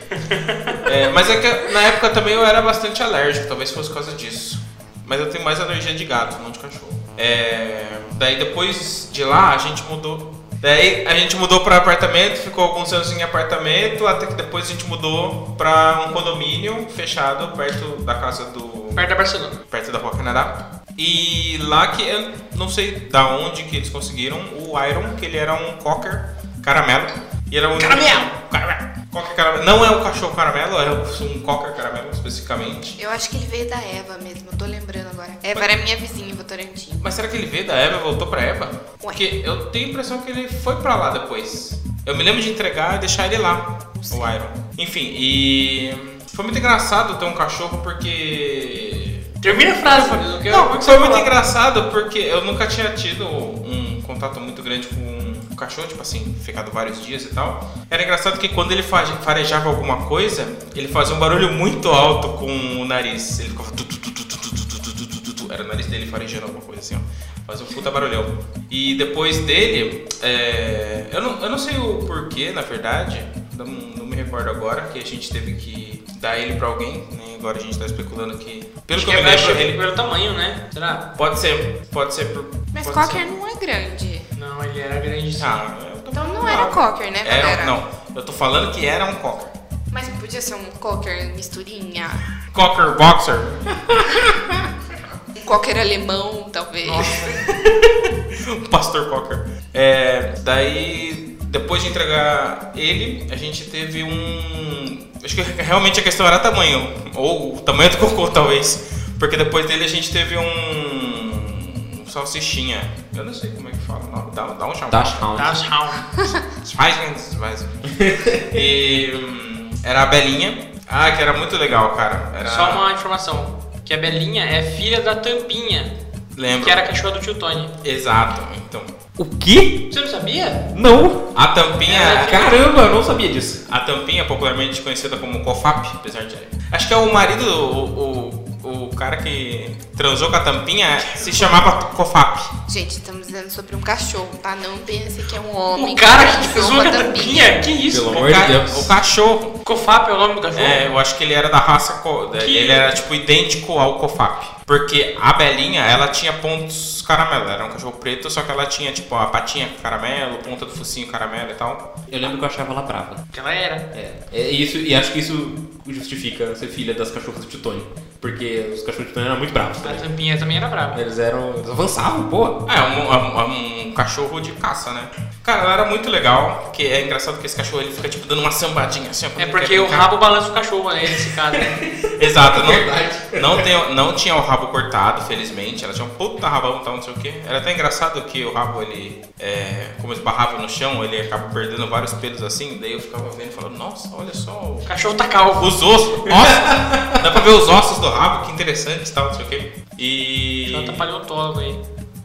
S2: É, mas é que na época também eu era bastante alérgico, talvez fosse por causa disso. Mas eu tenho mais alergia de gato, não de cachorro. É, daí depois de lá a gente mudou. Daí a gente mudou pra apartamento, ficou alguns anos em apartamento, até que depois a gente mudou pra um condomínio fechado perto da casa do.
S1: Perto da Barcelona.
S2: perto da Rua Canadá. E lá que eu não sei da onde que eles conseguiram o Iron, que ele era um cocker caramelo. E era um
S1: Caramelo!
S2: Caramelo! Cocker caramelo. Não é um cachorro caramelo, é um cocker caramelo especificamente.
S3: Eu acho que ele veio da Eva mesmo, eu tô lembrando agora. Eva era minha vizinha em Votorantim.
S2: Mas será que ele veio da Eva e voltou pra Eva? Porque
S3: Ué.
S2: eu tenho a impressão que ele foi pra lá depois. Eu me lembro de entregar e deixar ele lá, o Iron. Enfim, e. Foi muito engraçado ter um cachorro porque.
S1: Termina a frase, Fabrício. eu quero- eu
S2: Não,
S1: quero que
S2: foi
S1: você
S2: muito
S1: fale.
S2: engraçado porque eu nunca tinha tido um contato muito grande com um cachorro, tipo assim, ficado vários dias e tal. Era engraçado que quando ele faz- farejava alguma coisa, ele fazia um barulho muito alto com o nariz. Ele ficava. tu, tu, tu, tu, tu, tu, tu, tu, tu, tu, tu, tu. Era o nariz dele farejando alguma coisa assim, ó. Fazia um puta barulhão. E depois dele, é, eu, não, eu não sei o porquê, na verdade, não, não me recordo agora, que a gente teve que dar ele pra alguém. né? Agora a gente tá especulando que. Pelo
S1: Acho
S2: que
S1: que
S2: eu me
S1: é
S2: lembro,
S1: pelo-
S2: ele
S1: pelo tamanho, né? Será?
S2: Pode ser, pode ser. Por,
S3: Mas
S2: pode
S3: Cocker
S2: ser.
S3: não é grande.
S1: Não, ele era grande sim.
S2: Ah, eu tô-
S3: Então não era Cocker, né?
S2: Era, um-
S3: galera?
S2: É, Não, eu tô falando que era um cocker.
S3: Mas podia ser um Cocker misturinha.
S2: Cocker boxer. [LAUGHS]
S3: Um Cocker alemão, talvez.
S2: Pastor cocker. É, daí, depois de entregar ele, a gente teve um. Acho que realmente a questão era tamanho. Ou o tamanho do cocô, [LAUGHS] talvez. Porque depois dele a gente teve um. um salsichinha. Eu não sei como é que fala. Não, dá, dá um chamado.
S5: Dash Hound.
S1: Dash Hound.
S2: Zweigens, Zweigens. né? E hum, era a Belinha. Ah, que era muito legal, cara. Era...
S1: Só uma informação. Que a Belinha é filha da Tampinha.
S2: Lembro.
S1: Que era a cachorra do tio Tony.
S2: Exato, então.
S5: O quê?
S1: Você não sabia?
S5: Não!
S2: A
S5: Ah,
S2: tampinha.
S5: Caramba, eu não sabia disso.
S2: A tampinha, popularmente conhecida como COFAP, apesar de. Acho que é o marido, o, o, o cara que transou com a tampinha, se chamava COFAP.
S3: Gente, estamos dizendo sobre um cachorro, tá? Não pense que é um homem.
S1: O cara que
S3: transou
S1: fez
S3: com
S1: uma
S3: a
S1: tampinha? Que isso?
S5: Pelo
S2: O,
S5: amor de
S2: ca-
S5: Deus.
S2: o cachorro.
S1: Cofap é o nome do cachorro?
S2: É, eu acho que ele era da raça. co- Ele era, tipo, idêntico ao Cofap. Porque a Belinha, ela tinha pontos caramelo. Era um cachorro preto, só que ela tinha, tipo, a patinha caramelo, ponta do focinho caramelo e tal.
S5: Eu lembro que eu achava ela brava.
S1: Que ela era.
S5: É, é isso, e acho que isso justifica ser filha das cachorras do Titone. Porque os cachorros do Titone eram muito bravos
S1: A
S5: também.
S1: tampinha também era brava.
S5: Eles eram. Eles avançavam, pô.
S2: Ah, É, um, é um- é um cachorro de caça, né? Cara, ela era muito legal. Porque é engraçado que esse cachorro, ele fica, tipo, dando uma sambadinha assim. ó, quando
S1: É
S2: ele
S1: porque
S2: quer
S1: o
S2: brincar.
S1: rabo balança o cachorro, né? Nesse caso, né?
S2: Exato, não, não, tem, não tinha o rabo cortado, felizmente. Ela tinha um puta rabão e tal, não sei o que. Era até engraçado que o rabo, ele, é, como esbarrava no chão, ele acaba perdendo vários pelos assim. Daí eu ficava vendo e falando, nossa, olha só. o-
S1: O cachorro tá calvo.
S2: Os ossos, ossos. Dá pra ver os ossos do rabo, que interessante e tal, não sei o que. E.
S1: Ela tá paleontólogo aí.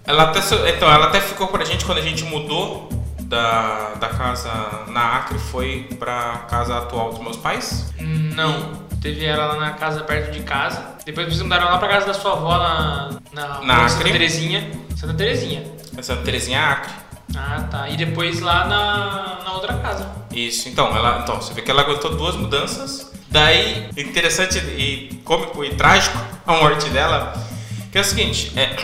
S2: Ela até, so- então, ela até ficou pra gente quando a gente mudou da, da casa na Acre, foi pra casa atual dos meus pais.
S1: Hum, Não. Teve ela lá na casa perto de casa. Depois vocês mudaram lá pra casa da sua avó na, na,
S2: Na
S1: rua Santa
S2: Acre?
S1: Terezinha. Santa Terezinha.
S2: Essa Terezinha Acre.
S1: Ah, tá. E depois lá na, na outra casa.
S2: Isso, então, ela, então, você vê que ela aguentou duas mudanças. Daí, interessante e cômico e trágico a morte dela, que é o seguinte, é,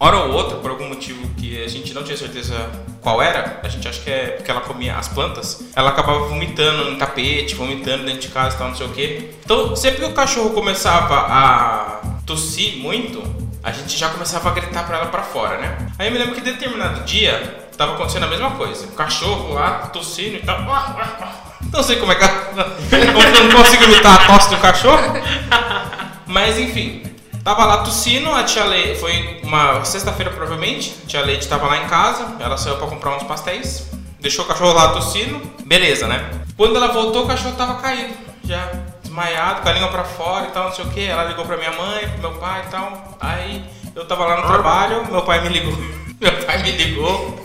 S2: hora ou outra, por algum motivo que a gente não tinha certeza qual era, a gente acha que é porque ela comia as plantas, ela acabava vomitando no tapete, vomitando dentro de casa e tal, não sei o quê. Então, sempre que o cachorro começava a tossir muito, a gente já começava a gritar pra ela pra fora, né? Aí eu me lembro que determinado dia tava acontecendo a mesma coisa. O cachorro lá tossindo e tal. [LAUGHS] Não sei como é que ela- [LAUGHS] como que eu não consigo imitar a tosse do cachorro. Mas enfim, tava lá tossindo, a tia Leite, foi uma sexta-feira provavelmente, a tia Leite tava lá em casa, ela saiu pra comprar uns pastéis, deixou o cachorro lá tossindo, beleza, né? Quando ela voltou, o cachorro tava caído, já desmaiado, com a língua pra fora e tal, não sei o que, ela ligou [LAUGHS] pra minha mãe, pro meu pai e tal, aí eu tava lá no trabalho, meu pai me ligou. Meu pai me ligou.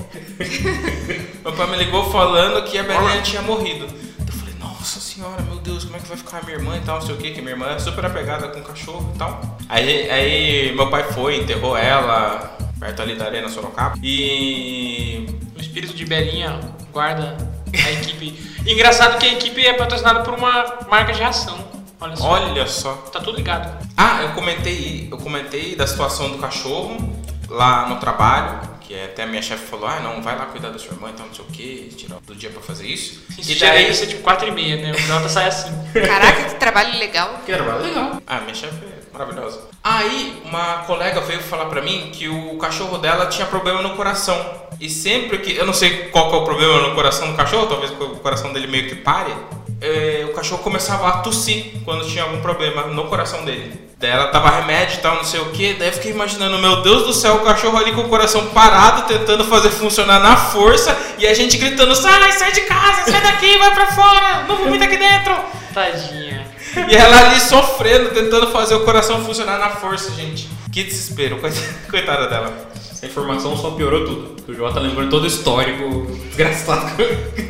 S2: meu pai me ligou falando que a Belinha tinha morrido. Eu falei, nossa senhora, meu Deus, como é que vai ficar a minha irmã e tal, não sei o que, que minha irmã é super apegada com cachorro e tal. Aí, aí meu pai foi, enterrou ela, perto ali da Arena Sorocaba. E.
S1: O espírito de Belinha guarda a
S5: [LAUGHS]
S1: equipe. Engraçado que a equipe é patrocinada por uma marca de ração. Olha só.
S2: Olha só.
S1: Tá tudo ligado.
S2: Ah, eu comentei, eu comentei da situação do cachorro lá no trabalho, que até a minha chefe falou, ah não, vai lá cuidar da sua irmã, então não sei o que, tirar do dia pra fazer isso.
S1: Isso
S2: e
S1: chega
S2: daí.
S1: aí, ser tipo 4 e meia, né? O Delta sai assim.
S3: Caraca, que trabalho legal.
S5: Que era legal.
S2: Ah, minha chefe é maravilhosa. Aí uma colega veio falar pra mim que o cachorro dela tinha problema no coração. E sempre que. Eu não sei qual que é o problema no coração do cachorro, talvez o coração dele meio que pare. é, o cachorro começava a tossir quando tinha algum problema no coração dele. Daí ela tava remédio e tal, não sei o que. Daí eu fiquei imaginando, meu Deus do céu, o cachorro ali com o coração parado, tentando fazer funcionar na força, e a gente gritando: sai, sai de casa, sai daqui, vai pra fora, não vomita aqui dentro.
S1: Tadinha.
S2: E ela ali sofrendo, tentando fazer o coração funcionar na força, gente. Que desespero, coit- [LAUGHS] coitada dela.
S5: Essa informação só piorou tudo. porque O João tá lembrando todo o histórico desgraçado.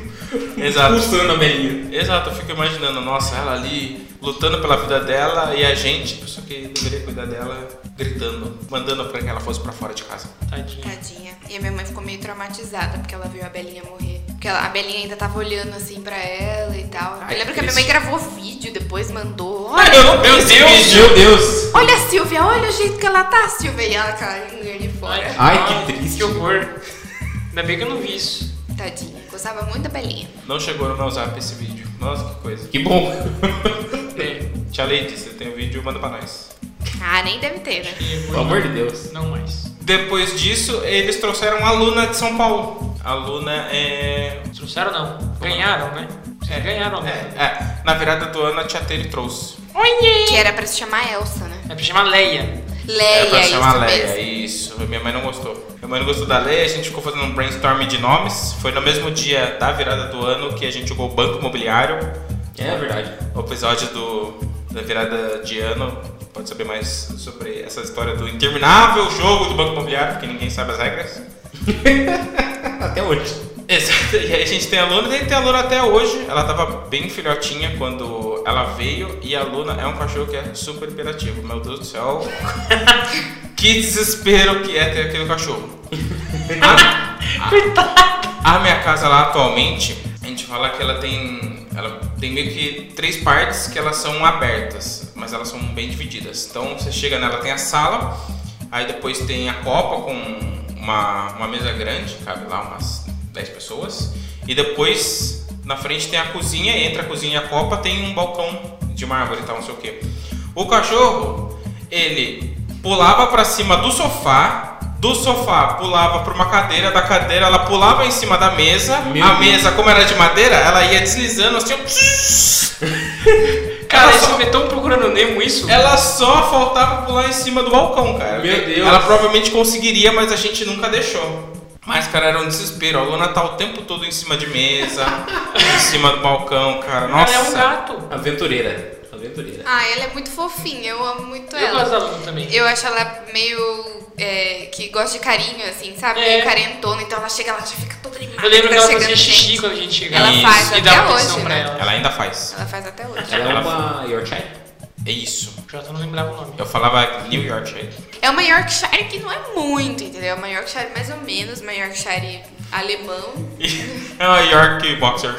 S5: [LAUGHS]
S2: Exato.
S5: Pulsando a Belinha.
S2: Exato, eu fico imaginando, nossa, ela ali lutando pela vida dela e a gente, pessoa que deveria cuidar dela, gritando, mandando pra que ela fosse pra fora de casa.
S1: Tadinha.
S3: Tadinha. E a minha mãe ficou meio traumatizada porque ela viu a Belinha morrer. Porque ela- a Belinha ainda tava olhando assim pra ela e tal.
S2: Ai,
S3: eu lembro que
S2: que
S3: a minha
S2: triste.
S3: mãe gravou vídeo, depois mandou. Olha,
S2: Meu Deus!
S5: Meu Deus!
S3: olha a Silvia, olha o jeito que ela tá, Silvia. E ela caiu de fora.
S5: Ai, que triste.
S1: Que horror. Ainda bem que eu não vi isso.
S3: Tadinha. Gostava muito da Belinha.
S2: Não chegou no meu zap esse vídeo. Nossa, que coisa.
S5: Que bom.
S1: É,
S2: Tia Leite, você tem o vídeo, manda pra nós.
S3: Ah, nem deve ter, né?
S1: e
S5: Pelo amor de Deus.
S1: Não mais.
S2: Depois disso, eles trouxeram a Luna de São Paulo. A Luna é
S1: Trouxeram não. Ganharam, né? Vocês ganharam, né?
S2: É, é. na virada do ano a tia Tere trouxe.
S3: Que era pra se chamar Elsa, né?
S1: É pra chamar Leia.
S3: Leia,
S2: Era pra chamar
S3: isso
S2: Leia,
S3: mesmo.
S2: isso. Minha mãe não gostou. Minha mãe não gostou da Leia, a gente ficou fazendo um brainstorm de nomes. Foi no mesmo dia da virada do ano que a gente jogou Banco Imobiliário.
S5: É verdade.
S2: O episódio do, da virada de ano. Pode saber mais sobre essa história do interminável jogo do Banco Imobiliário, porque ninguém sabe as regras.
S5: Até hoje.
S2: Exato. E aí a gente tem a Luna, e tem a Luna até hoje. Ela tava bem filhotinha quando ela veio. E a Luna é um cachorro que é super hiperativo. Meu Deus do céu. [LAUGHS] que desespero que é ter aquele cachorro. A minha casa lá atualmente, a gente fala que ela tem. Ela tem meio que três partes que elas são abertas, mas elas são bem divididas. Então você chega nela, tem a sala, aí depois tem a copa com uma, uma mesa grande, cabe lá umas 10 pessoas. E depois na frente tem a cozinha, entre a cozinha e a copa tem um balcão de mármore e tal, não sei o que. O cachorro, ele pulava pra cima do sofá, do sofá pulava pra uma cadeira, da cadeira ela pulava em cima da mesa,
S5: Meu
S2: a
S5: Deus.
S2: mesa, como era de madeira, ela ia deslizando assim. ó.
S1: Cara,
S2: Ela
S1: isso
S2: só-
S1: é tão procurando Nemo isso?
S2: Ela só faltava pular em cima do balcão, cara.
S5: Meu Deus.
S2: Ela provavelmente conseguiria, mas a gente nunca deixou. Mas, cara, era um desespero. A Luna tá o tempo todo em cima de mesa, em cima do balcão, cara.
S1: Ela
S2: Nossa.
S1: é um gato.
S5: Aventureira. Aventureira.
S3: Ah, ela é muito fofinha, eu amo muito
S1: Eu
S3: ela.
S1: gosto da Luna também.
S3: Eu acho ela meio. é, que gosta de carinho, assim, sabe?
S1: É.
S3: Meio carentona. Então ela chega, ela já fica toda animada.
S1: Eu lembro que
S3: fica
S1: ela fazia
S3: chegando
S1: xixi
S3: gente.
S1: quando a gente chegava.
S3: Ela
S2: Isso,
S3: faz
S1: e
S3: até
S1: dava atenção
S3: hoje,
S1: pra
S3: né?
S1: ela.
S2: Ela ainda faz.
S3: Ela faz até hoje.
S5: Ela é uma Yorkshire?
S2: É isso.
S1: Já não lembrava o nome.
S2: Eu falava New York né? [LAUGHS] aí.
S3: É uma Yorkshire que não é muito, entendeu? É uma Yorkshire mais ou menos, uma Yorkshire alemão.
S2: É uma York Boxer.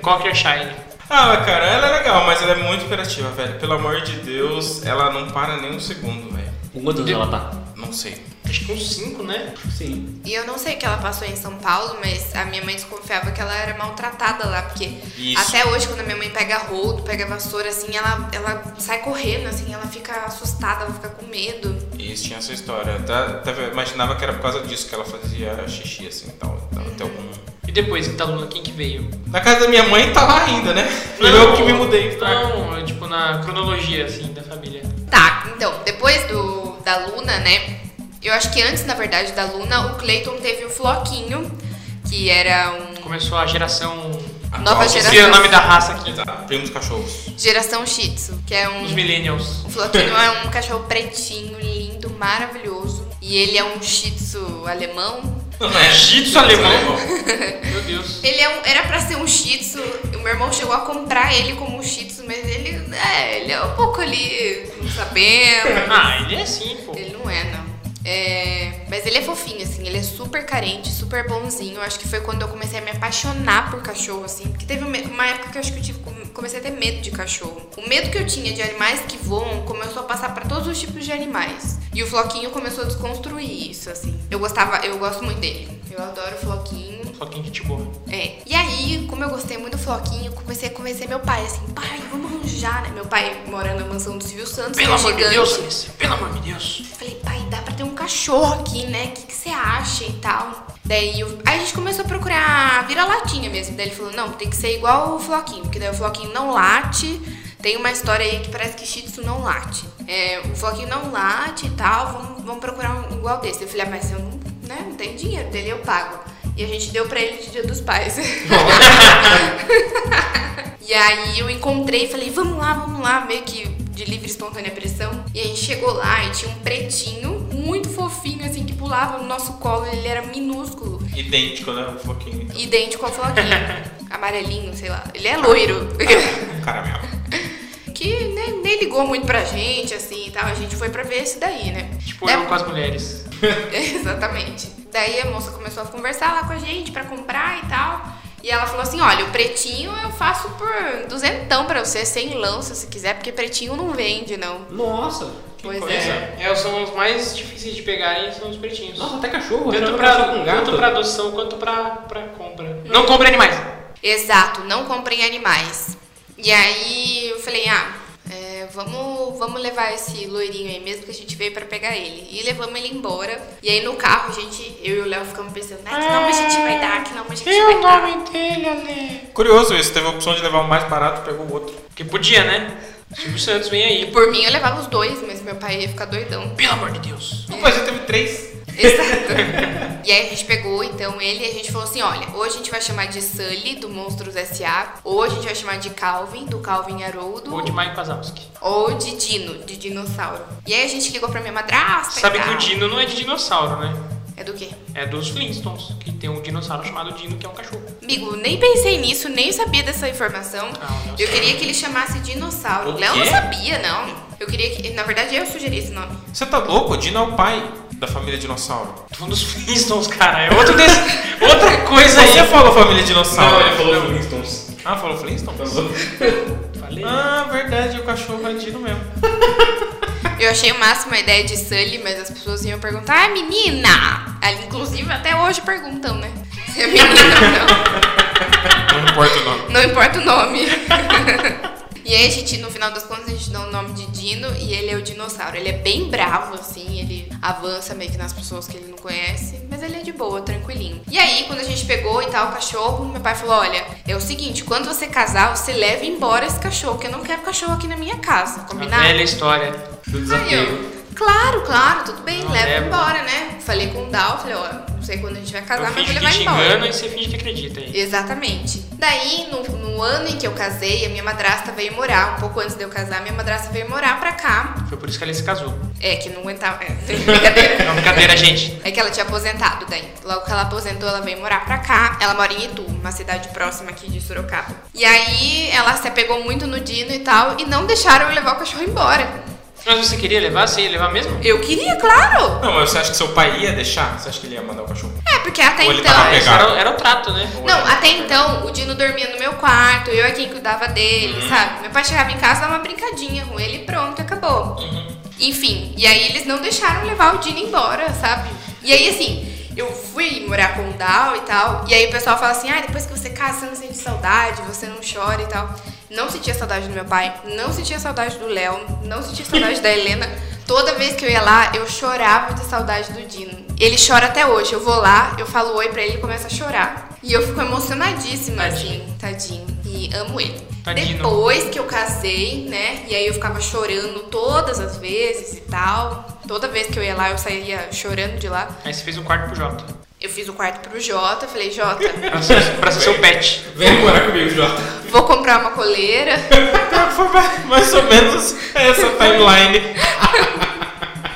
S1: Cocker é Shine.
S2: Ah, mas, cara, ela é legal, mas ela é muito imperativa, velho. Pelo amor de Deus, ela não para nem um segundo, velho.
S5: Com quantos anos ela tá?
S2: Não sei.
S1: Acho que uns 5, né?
S5: Sim.
S3: E eu não sei o que ela passou em São Paulo, mas a minha mãe desconfiava que ela era maltratada lá, porque
S2: Isso.
S3: até hoje, quando a minha mãe pega rodo, pega vassoura, assim, ela, ela sai correndo, assim, ela fica assustada, ela fica com medo.
S2: Isso tinha essa história. Até, até imaginava que era por causa disso que ela fazia xixi assim e tal. Então, até algum...
S1: E depois da Luna, quem que veio?
S2: Na casa da minha mãe tá lá ainda, né? eu que me mudei. tá? pra cá.
S1: Não, é tipo na cronologia, assim, da família.
S3: Tá, então, depois do da Luna, né? Eu acho que antes, na verdade, da Luna, o Clayton teve o Floquinho, que era um
S1: Começou a geração...
S3: nova
S2: Atual-
S1: Esqueci o
S3: geração,
S1: nome da raça aqui.
S2: Exato. Primos cachorros.
S3: geração Shih Tzu, que é um
S1: Os Millennials.
S3: o Floquinho é um cachorro pretinho, lindo, maravilhoso. E E ele é um shih tzu alemão.
S2: Não é
S1: Shih Tzu alemão? Meu Deus.
S3: Ele é um- era pra ser um shih tzu. O meu irmão chegou a comprar ele como um shih tzu, mas ele é, ele é um pouco ali, não sabendo.
S1: Ah, ele é assim, pô.
S3: Ele não é, não. É, mas ele é fofinho, assim, ele é super carente, super bonzinho. Eu Acho que foi quando eu comecei a me apaixonar por cachorro, assim. Porque teve uma uma época que eu acho que eu tive, comecei a ter medo de cachorro. O medo que eu tinha de animais que voam começou a passar pra todos os tipos de animais. E o Floquinho começou a desconstruir isso, assim. Eu gostava, eu gosto muito dele. Eu adoro o Floquinho.
S1: Floquinho de gente boa.
S3: É. E aí, como eu gostei muito do Floquinho, comecei a convencer meu pai, assim, pai, vamos arranjar, né? Meu pai mora na mansão do Silvio Santos, que
S1: Pelo
S3: é
S1: amor de
S3: gigante.
S1: Deus, Alice. Pelo amor de
S3: [LAUGHS]
S1: Deus.
S3: Falei, pai, dá pra ter um cachorro aqui, né? O que, que você acha e tal? Daí eu- aí a gente começou a procurar vira-latinha mesmo. Daí ele falou, não, tem que ser igual o Floquinho, porque daí o Floquinho não late. Tem uma história aí que parece que Shih Tzu não late. É, o Floquinho não late e tal, vamos, vamos procurar um igual desse. Eu falei, ah, mas eu não, né, não tenho dinheiro, dele eu pago. E a gente deu pra ele de Dia dos Pais. [LAUGHS] E aí eu encontrei e falei, vamos lá, vamos lá, meio que de livre e espontânea pressão. E a gente chegou lá e tinha um pretinho muito fofinho, assim, que pulava no nosso colo, ele era minúsculo,
S2: Idêntico, né? Um pouquinho.
S3: idêntico ao Floquinho, amarelinho, sei lá. Ele é loiro. [LAUGHS]
S2: Caramelo.
S3: que nem, nem ligou muito pra gente, assim, e tal. A gente foi pra ver esse daí, né? [LAUGHS]
S1: Tipo,
S3: Daí-
S1: eu com as mulheres.
S3: Exatamente. Daí a moça começou a conversar lá com a gente pra comprar e tal. E ela falou assim: olha, o pretinho eu faço por duzentão pra você, sem lão se você quiser, porque pretinho não vende, não.
S5: Nossa. que
S3: Pois
S5: coisa.
S1: É, é, são os mais difíceis de pegarem, são os pretinhos.
S5: Nossa, até cachorro.
S1: Tanto
S5: achava
S1: pra,
S5: cachorro com gato.
S1: tanto pra adoção quanto pra, pra compra. Não compre animais.
S3: Exato, não comprem animais. E aí eu falei, ah, é, vamos, vamos levar esse loirinho aí mesmo que a gente veio pra pegar ele. E levamos ele embora. E aí no carro, a gente, eu e o Léo ficamos pensando, ah, que nome a gente vai dar, que nome a gente vai dar.
S1: dele, Ale?
S2: Curioso isso, teve a opção de levar o mais barato e pegou o outro.
S1: Porque podia, né? Silvio Santos vem aí.
S3: Por mim eu levava os dois, mas meu pai ia ficar doidão. [LAUGHS]
S1: Pelo amor de Deus.
S2: Não, mas já teve três.
S3: Exato. e aí a gente pegou então ele e a gente falou assim: olha, ou a gente vai chamar de Sully, do Monstros S.A., ou a gente vai chamar de Calvin, do Calvin Haroldo,
S1: Ou de Mike Wazowski.
S3: ou de Dino, de dinossauro. E aí a gente ligou pra minha madrasta. e
S1: Sabe que
S3: tal.
S1: o Dino não é de dinossauro, né?
S3: É do quê?
S1: É dos Flintstones, que tem um dinossauro chamado Dino, que é um cachorro.
S3: Amigo, nem pensei nisso, nem sabia dessa informação.
S1: Ah, o Léo
S3: eu queria que ele chamasse dinossauro.
S2: O
S3: Léo não
S2: quê?
S3: sabia, não. Eu queria que. Na verdade, eu sugeri esse nome.
S2: Você tá louco? O Dino é o pai da família dinossauro.
S1: Tô dos Flintstones, cara. É outro desse, outra coisa
S2: Você
S1: aí.
S2: falou família dinossauro.
S4: Não, ele falou Flintstones.
S2: Ah, falou Flintstone?
S5: Tá
S4: Falou.
S1: Falei.
S2: Ah, verdade, o cachorro é Dino mesmo.
S3: Eu achei o máximo a ideia de Sully, mas as pessoas iam perguntar, ah, menina! Ah, Inclusive, até hoje perguntam, né? [LAUGHS] Se é menina ou
S2: Não importa o nome.
S3: não. Não importa o nome. [LAUGHS] E aí a gente, no final das contas, a gente dá o nome de Dino e ele é o dinossauro. Ele é bem bravo, assim, ele avança meio que nas pessoas que ele não conhece, mas ele é de boa, tranquilinho. E aí, quando a gente pegou e tal o cachorro, meu pai falou: olha, é o seguinte, quando você casar, você leva embora esse cachorro, que eu não quero cachorro aqui na minha casa,
S1: A
S3: combinado?
S1: velha história.
S5: Do
S3: Aí
S5: desafio.
S3: eu, claro, claro, tudo bem,
S1: Não,
S3: leva
S1: leva.
S3: embora, né? Falei com o Dal, falei, ó, não sei quando a gente vai
S1: Eu
S3: casar, mas
S1: finge
S3: vou
S1: que
S3: levar
S1: te
S3: embora.
S1: engana e você finge que acredita aí.
S3: Exatamente. Daí, no, no ano em que eu casei, a minha madrasta veio morar, um pouco antes de eu casar, minha madrasta veio morar pra cá.
S1: Foi por isso que ela se casou.
S3: É, que não aguentava. É,
S2: [LAUGHS]
S3: brincadeira.
S1: Não, brincadeira, gente.
S3: É que ela tinha aposentado daí. Logo que ela aposentou, ela veio morar pra cá. Ela mora em Itu, uma cidade próxima aqui de Sorocaba. E aí ela se apegou muito no Dino e tal, e não deixaram eu levar o cachorro embora.
S1: Mas você queria levar? Você ia levar mesmo?
S3: Eu queria, claro!
S2: Não, mas você acha que seu pai ia deixar? Você acha que ele ia mandar o cachorro?
S3: É, porque até
S2: Ou ele
S3: então.
S2: tava
S1: Ah, Esse
S2: Pegaram.
S1: Era, o- era o trato, né?
S3: Não, até então o Dino dormia no meu quarto, eu é quem cuidava dele, sabe? Meu pai chegava em casa, dava uma brincadinha com ele e pronto, acabou. Enfim, e aí eles não deixaram levar o Dino embora, sabe? E aí assim, eu fui morar com o Dal e tal, e aí o pessoal fala assim: ah, depois que você casa, você não sente saudade, você não chora e tal. Não sentia saudade do meu pai, não sentia saudade do Léo, não sentia saudade da Helena. Toda vez que eu ia lá, eu chorava de saudade do Dino. Ele chora até hoje. Eu vou lá, eu falo oi pra ele e começa a chorar. E eu fico emocionadíssima, assim, tadinho. E amo ele.
S1: Tadinho.
S3: Depois que eu casei, né? E aí eu ficava chorando todas as vezes e tal. Toda vez que eu ia lá, eu saía chorando de lá.
S1: Aí você fez um quarto pro Jota.
S3: Eu fiz o quarto pro Jota, falei, Jota,
S1: Pra ser, [LAUGHS] pra ser seu pet.
S5: Vem morar comigo, Jota.
S3: vou comprar uma coleira.
S2: Ah, Foi mais ou menos essa timeline.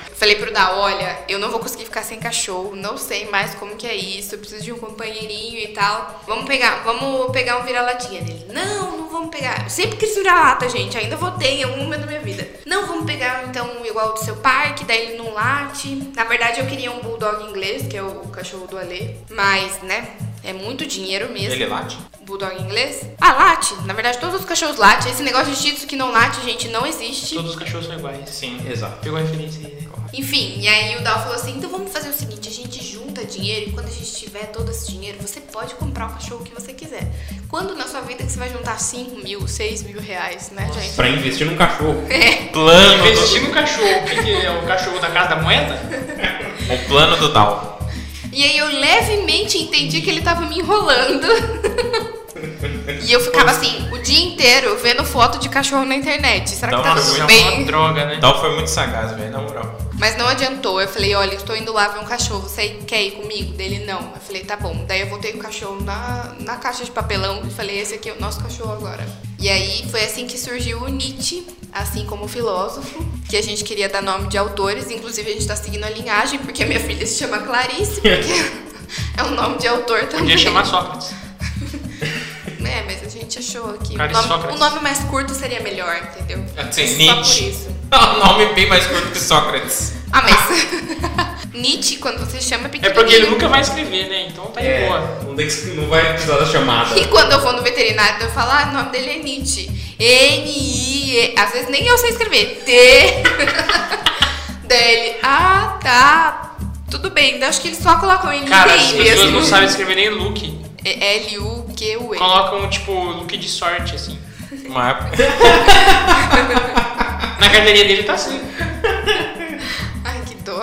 S3: Eu Falei pro Dá, olha, eu não vou conseguir ficar sem cachorro, não sei mais como que é isso, eu preciso de um companheirinho e tal. Vamos pegar, vamos pegar um vira-latinha dele. Não, não vamos pegar. Eu sempre quis vira-lata, gente, ainda vou ter em algum momento da minha vida. Não, vamos pegar então igual do seu pai, que daí ele não late. Na verdade, eu queria um bulldog inglês, que é o cachorro do Alê, mas, né, é muito dinheiro mesmo.
S2: Ele é late?
S3: Bulldog inglês? Ah, late. Na verdade, todos os cachorros latem. Esse negócio de shih tzu que não late, gente, não existe.
S1: Todos os cachorros são iguais.
S2: Sim.
S5: Exato.
S1: Pegou a referência aí, né?
S3: Enfim, e aí o Dal falou assim: então vamos fazer o seguinte, a gente junta dinheiro e quando a gente tiver todo esse dinheiro, você pode comprar o cachorro que você quiser. Quando na sua vida que você vai juntar 5 mil, 6 mil reais, né, gente?
S5: Pra investir num cachorro.
S2: Plano do,
S1: Investir no cachorro, o que, que é o cachorro da casa da moeda?
S2: o plano do Dow.
S3: E aí eu levemente entendi que ele tava me enrolando. e eu ficava assim, o dia inteiro vendo foto de cachorro na internet. Será que
S2: Dá
S3: tá
S2: uma
S3: tudo
S2: vergonha,
S1: É uma
S3: bem?
S1: droga, né?
S2: Dow Então foi muito sagaz, velho, na moral.
S3: Mas não adiantou. Eu falei, olha, estou indo lá ver um cachorro. Você quer ir comigo? Dele, não. Eu falei, tá bom. Daí eu voltei com o cachorro na, na caixa de papelão e falei, esse aqui é o nosso cachorro agora. E aí foi assim que surgiu o Nietzsche, assim como o filósofo, que a gente queria dar nome de autores. Inclusive, a gente tá seguindo a linhagem, porque a minha filha se chama Clarice, porque [LAUGHS] é um nome de autor também.
S1: Podia chamar Sócrates.
S3: É, mas a gente achou aqui. O
S1: Clarice
S3: nome,
S1: Sócrates. Ah,
S3: o nome mais curto seria melhor, entendeu?
S2: Assim,
S3: Só por
S2: Nietzsche.
S3: isso.
S2: [LAUGHS] É um nome bem mais curto que Sócrates.
S3: Ah, mas. [LAUGHS] Nietzsche, quando você chama, é
S1: É
S3: pequenininho.
S1: porque ele nunca vai escrever, né? Então tá de
S5: É,
S1: boa.
S5: não, tem que- não vai precisar da chamada.
S3: E quando eu vou no veterinário, eu falo, ah, o nome dele é Nietzsche. N-I-E. Às vezes nem eu sei escrever. T. [LAUGHS] Daí ele, ah, tá. Tudo bem. Daí acho que eles só colocam ele
S1: Cara, as
S3: em
S1: pessoas
S3: mesmo.
S1: não sabem escrever nem look.
S3: É L-U-Q-U-E.
S1: Colocam, tipo, look de sorte, assim.
S2: Uma época.
S1: Na carteirinha dele tá assim.
S3: Ai, que dó.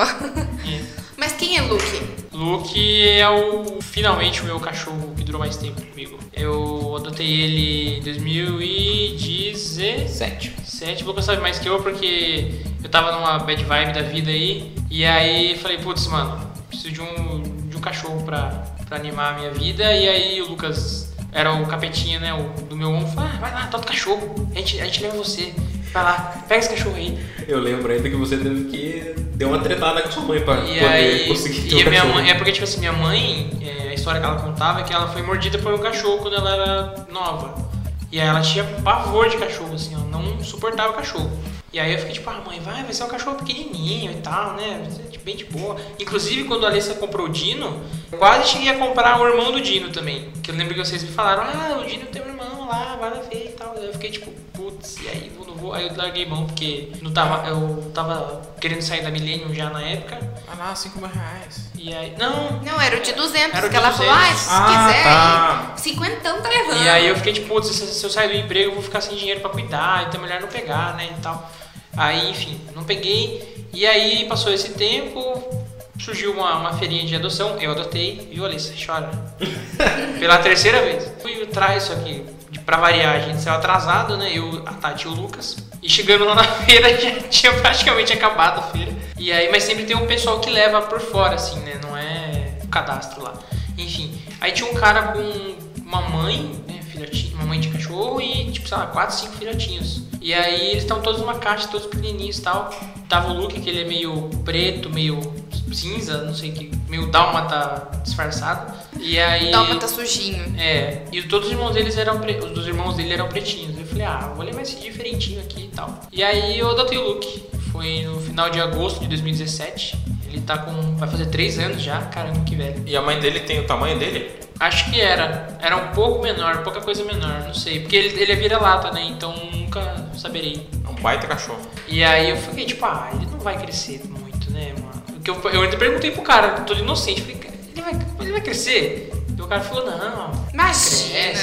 S3: Mas quem é Luke?
S1: Luke é o finalmente o meu cachorro que durou mais tempo comigo. Eu adotei ele em 2017.
S5: Sete.
S1: O Lucas sabe mais que eu porque eu tava numa bad vibe da vida aí. E aí falei, putz, mano, preciso de um, de um cachorro pra, pra animar a minha vida. E aí o Lucas era o capetinha, né? O, do meu ombro. Falou, ah, vai lá, adota o cachorro. A gente, a gente leva você. Vai lá, pega esse cachorro aí.
S5: [LAUGHS] Eu lembro ainda que você teve que deu uma tretada com sua mãe pra
S1: E
S5: poder
S1: aí,
S5: conseguir
S1: e
S5: ter um
S1: a minha
S5: cachorro.
S1: mãe,
S5: [LAUGHS]
S1: é porque, tipo assim, minha mãe, é, a história que ela contava é que ela foi mordida por um cachorro quando ela era nova. E aí ela tinha pavor de cachorro, assim, ela não suportava cachorro. E aí eu fiquei tipo, ah, mãe, vai, vai ser um cachorro pequenininho e tal, né? Vai ser Bem de boa. Inclusive, quando a Alessa comprou o Dino, eu quase cheguei a comprar o irmão do Dino também. Que eu lembro que vocês me falaram, ah, o Dino tem um irmão lá, vai lá ver e tal. Aí eu fiquei tipo, putz, e aí vou, não vou. Aí eu larguei mão, porque não tava, eu tava querendo sair da Millennium já na época.
S2: Ah lá, 5 mil reais.
S1: E aí. Não!
S3: Não, era o de 200,
S1: Era o
S3: que
S1: de
S3: ela falou, ah,
S1: 200.
S3: se
S2: Ah,
S3: quiser,
S2: tá.
S3: 50 tá errando.
S1: E aí eu fiquei tipo, putz, se, se eu sair do emprego, eu vou ficar sem dinheiro pra cuidar, então é melhor não pegar, né? E tal. Aí, enfim, não peguei. E aí passou esse tempo, surgiu uma, uma feirinha de adoção, eu adotei, viu, Alice? Chora. Pela terceira vez. Fui atrás, só que de- pra variar, a gente saiu atrasado, né? Eu, a Tati e o Lucas. E chegando lá na [LAUGHS] feira, já tinha praticamente acabado a feira. E aí, mas sempre tem um pessoal que leva por fora, assim, né? Não é o cadastro lá. Enfim, aí tinha um cara com uma mãe, né? Filhotinho, uma mãe de cachorro e, tipo, sei lá, quatro, cinco filhotinhos. E aí eles estão todos numa caixa, todos pequenininhos e tal. Tava o Luke, que ele é meio preto, meio cinza, não sei o que, meio dálmata disfarçado. E aí.
S3: Toma, tá sujinho.
S1: É, e todos os irmãos deles eram pre... os dos irmãos dele eram pretinhos. Eu falei, ah, vou levar esse diferentinho aqui e tal. E aí eu adotei o Luke. Foi no final de agosto de 2017. Ele tá com. vai fazer três anos já, caramba, que velho.
S2: E a mãe dele tem o tamanho dele?
S1: Acho que era. Era um pouco menor, pouca coisa menor, não sei. Porque ele, ele é vira-lata, né? Então nunca saberei.
S2: É um baita cachorro.
S1: E aí eu fiquei tipo, ah, ele não vai crescer muito, né, mano? Porque eu, eu ainda perguntei pro cara, todo inocente, falei, "Cara, ele vai, ele vai crescer? E o cara falou, não,
S3: Imagina.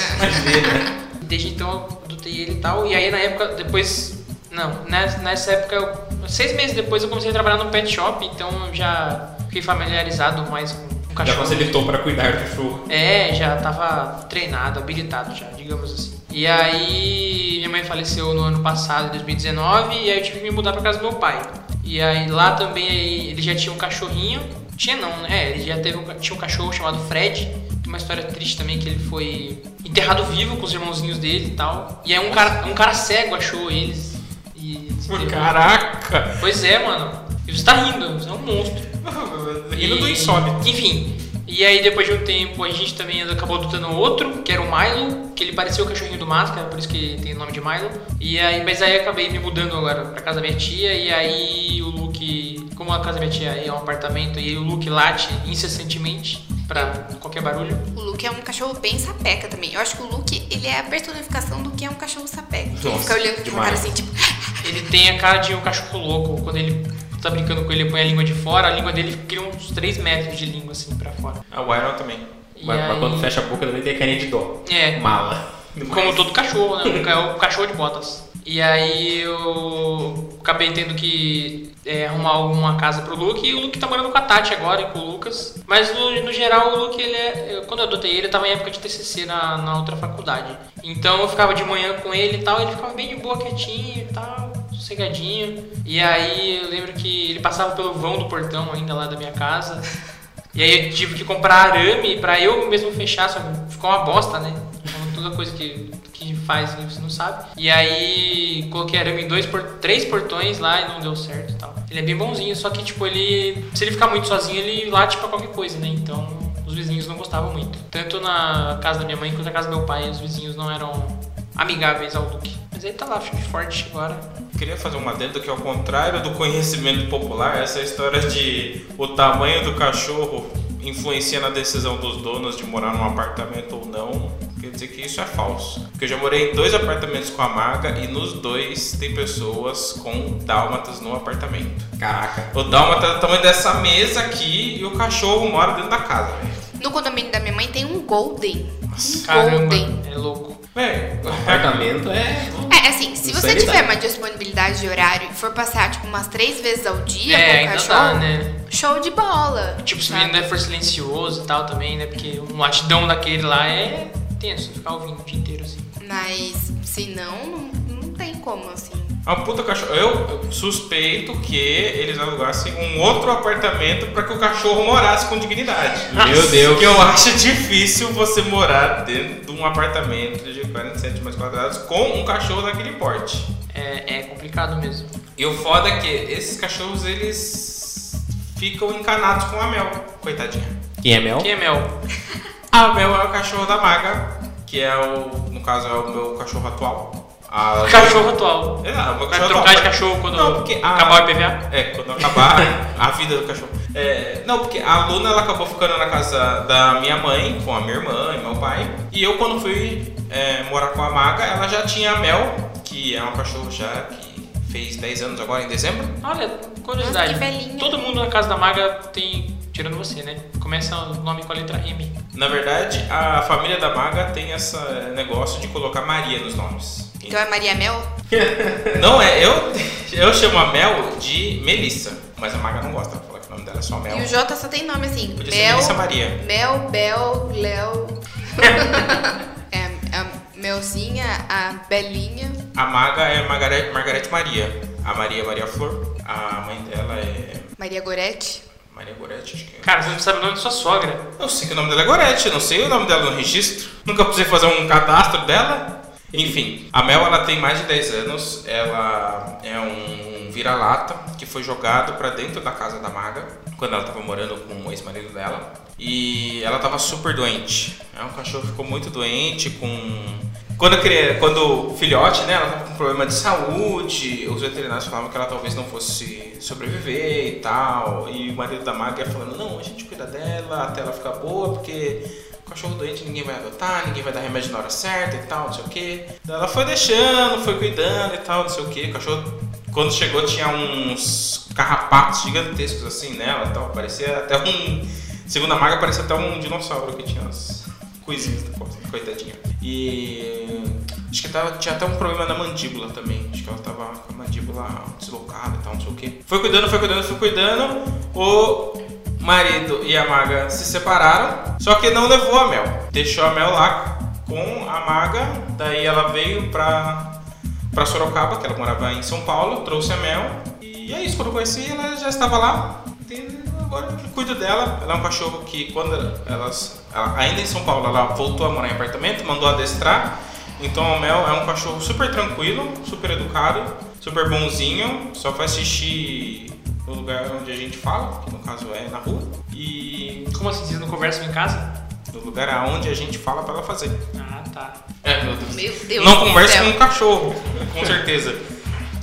S1: Desde então eu adotei ele e tal. E aí na época, depois. Não, nessa, nessa época, eu, seis meses depois eu comecei a trabalhar no pet shop, então eu já fiquei familiarizado mais com o [LAUGHS]
S5: Já
S1: cachorro.
S5: facilitou pra cuidar do cachorro.
S1: É, já tava treinado, habilitado já, digamos assim. E aí minha mãe faleceu no ano passado, em 2019, e aí eu tive que me mudar pra casa do meu pai. E aí lá também aí, ele já tinha um cachorrinho. Tinha não, né? É, Ele já teve um, ca- tinha um cachorro chamado Fred. Tem uma história triste também que ele foi enterrado vivo com os irmãozinhos dele e tal. E aí um cara, um cara cego achou eles. E
S2: Caraca!
S1: Pois é, mano. E você tá rindo, você é um monstro.
S2: Hino do insólito.
S1: Enfim. E aí depois de um tempo a gente também acabou adotando outro, que era o Milo, que ele parecia o cachorrinho do Máscara, por isso que tem o nome de Milo. E aí, mas aí acabei me mudando agora pra casa da minha tia, e aí o Luke, como a casa da minha tia é um apartamento, e o Luke late incessantemente pra qualquer barulho.
S3: O Luke é um cachorro bem sapeca também. Eu acho que o Luke, ele é a personificação do que é um cachorro sapeca. ele
S5: Nossa,
S3: fica olhando com uma
S5: demais.
S3: cara assim, tipo... [LAUGHS]
S1: Ele tem a cara de um cachorro louco, quando ele tá brincando com ele, ele põe a língua de fora, a língua dele cria uns 3 metros de língua assim pra fora.
S2: Ah, o Iron também.
S1: E
S5: Mas, mas
S1: aí-
S5: quando fecha a boca também tem a carinha de dó.
S1: É.
S5: Mala.
S1: Como todo cachorro, né? Um ca- um cachorro de botas. E aí eu acabei tendo que é, arrumar alguma casa pro Luke. E o Luke tá morando com a Tati agora e com o Lucas. Mas no, no geral, o Luke, ele é, eu- quando eu adotei ele, eu tava em época de TCC na, na outra faculdade. Então eu ficava de manhã com ele e tal. Ele ficava bem de boa, quietinho e tal, sossegadinho. E aí eu lembro que ele passava pelo vão do portão ainda lá da minha casa. E aí eu tive que comprar arame pra eu mesmo fechar, só que ficou uma bosta, né? Como toda coisa que, que faz e você não sabe. E aí coloquei arame em dois por, três portões lá e não deu certo e tal. Ele é bem bonzinho, só que tipo, ele. Se ele ficar muito sozinho, ele late pra qualquer coisa, né? Então os vizinhos não gostavam muito. Tanto na casa da minha mãe quanto na casa do meu pai, os vizinhos não eram amigáveis ao Duque. Mas ele tá lá, firme e forte agora.
S2: Queria fazer uma adendo que, ao contrário do conhecimento popular, essa história de o tamanho do cachorro influencia na decisão dos donos de morar num apartamento ou não, quer dizer que isso é falso. Porque eu já morei em dois apartamentos com a maga e nos dois tem pessoas com dálmatas no apartamento.
S5: Caraca.
S2: O dálmata é do tamanho dessa mesa aqui e o cachorro mora dentro da casa, velho.
S3: No condomínio da minha mãe tem um golden. Um
S1: Caramba,
S3: golden.
S1: é louco.
S2: Velho,
S5: Apartamento é.
S3: É, assim, se você
S5: Seriedade.
S3: tiver uma disponibilidade de horário e for passear, tipo, umas três vezes ao dia
S1: é,
S3: com o
S1: ainda
S3: cachorro,
S1: dá, né?
S3: show de bola.
S1: Tipo, se
S3: sabe?
S1: ainda for silencioso e tal também, né? Porque um latidão daquele lá é tenso, ficar ouvindo o dia inteiro assim.
S3: Mas se não, não, não tem como, assim.
S2: É um puta cachorro. Eu suspeito que eles alugassem um outro apartamento pra que o cachorro morasse com dignidade.
S5: Meu Deus.
S2: Porque eu acho difícil você morar dentro de um apartamento de 40 centímetros quadrados com um cachorro daquele porte.
S1: É, é complicado mesmo.
S2: E o foda é que esses cachorros, eles ficam encanados com a Mel. Coitadinha.
S5: Quem é Mel?
S1: Quem é Mel?
S2: A Mel é o cachorro da maga, que é o, no caso, é o meu cachorro atual. A-
S1: Cachorro atual.
S2: É, o meu
S1: Vai
S2: cachorro
S1: trocar de
S2: atual.
S1: cachorro quando
S2: Não, porque a-
S1: acabar o IPVA?
S2: É, quando acabar a vida do cachorro. É, não, porque a Luna ela acabou ficando na casa da minha mãe, com a minha irmã e meu pai. E eu, quando fui é, morar com a Maga, ela já tinha a Mel, que é um cachorro já que fez 10 anos agora, em dezembro.
S1: Olha, curiosidade.
S3: Nossa, que velhinha.
S1: Todo mundo na casa da maga tem. Tirando você, né? Começa o nome com a letra M.
S2: Na verdade, a família da Maga tem esse negócio de colocar Maria nos nomes.
S3: Então é Maria Mel?
S2: Não é, eu, [LAUGHS] eu chamo a Mel de Melissa, mas a Maga não gosta, ela fala que o nome dela é só Mel.
S3: E o Jota só tem nome assim.
S2: Podia ser
S3: Mel,
S2: Melissa Maria.
S3: Mel, Bel,
S2: [LAUGHS]
S3: Léo. é, a Melzinha, a Belinha.
S2: A maga é Margarete, Margarete Maria. A Maria é Maria Flor. A mãe dela é
S3: Maria Gorete.
S2: Maria Gorete, acho que é.
S1: Cara, você não sabe o nome da sua sogra.
S2: Eu sei que o nome dela é Gorete, eu não sei o nome dela no registro. Nunca precisei fazer um cadastro dela. Enfim, a Mel ela tem mais de 10 anos. Ela é um vira-lata que foi jogado pra dentro da casa da maga quando ela tava morando com o ex-marido dela. E ela tava super doente. É um cachorro que ficou muito doente com Quando, a cri- quando o filhote, né, ela tava com problema de saúde, os veterinários falavam que ela talvez não fosse sobreviver e tal. E o marido da Maga ia falando, não, a gente cuida dela até ela ficar boa, porque cachorro doente ninguém vai adotar, ninguém vai dar remédio na hora certa e tal, não sei o quê. Daí Ela foi deixando, foi cuidando e tal, não sei o quê. O cachorro, quando chegou, tinha uns carrapatos gigantescos assim nela e tal. Parecia até um... Segundo a Maga, parecia até um dinossauro que tinha umas coisinhas da costa, coitadinha. E acho que tava, tinha até um problema na mandíbula também. Acho que ela tava com a mandíbula deslocada e tal, não sei o que. Foi cuidando, foi cuidando, foi cuidando. O marido e a maga se separaram, só que não levou a Mel. Deixou a Mel lá com a maga, daí ela veio pra, pra Sorocaba, que ela morava em São Paulo, trouxe a Mel. E é isso, quando eu conheci ela já estava lá. E Agora eu cuido dela. Ela é um cachorro que quando elas, ela- ainda em São Paulo, ela voltou a morar em apartamento, mandou adestrar. Então o Mel é um cachorro super tranquilo, super educado, super bonzinho, só faz xixi o lugar onde a gente fala, que no caso é na rua, e
S1: Como assim? Vocês não conversam em casa?
S2: no lugar aonde a gente fala pra ela fazer.
S1: Ah, tá.
S2: É, meu Deus.
S3: Meu Deus
S2: não
S3: do
S2: conversa
S3: céu.
S2: com um cachorro, com certeza.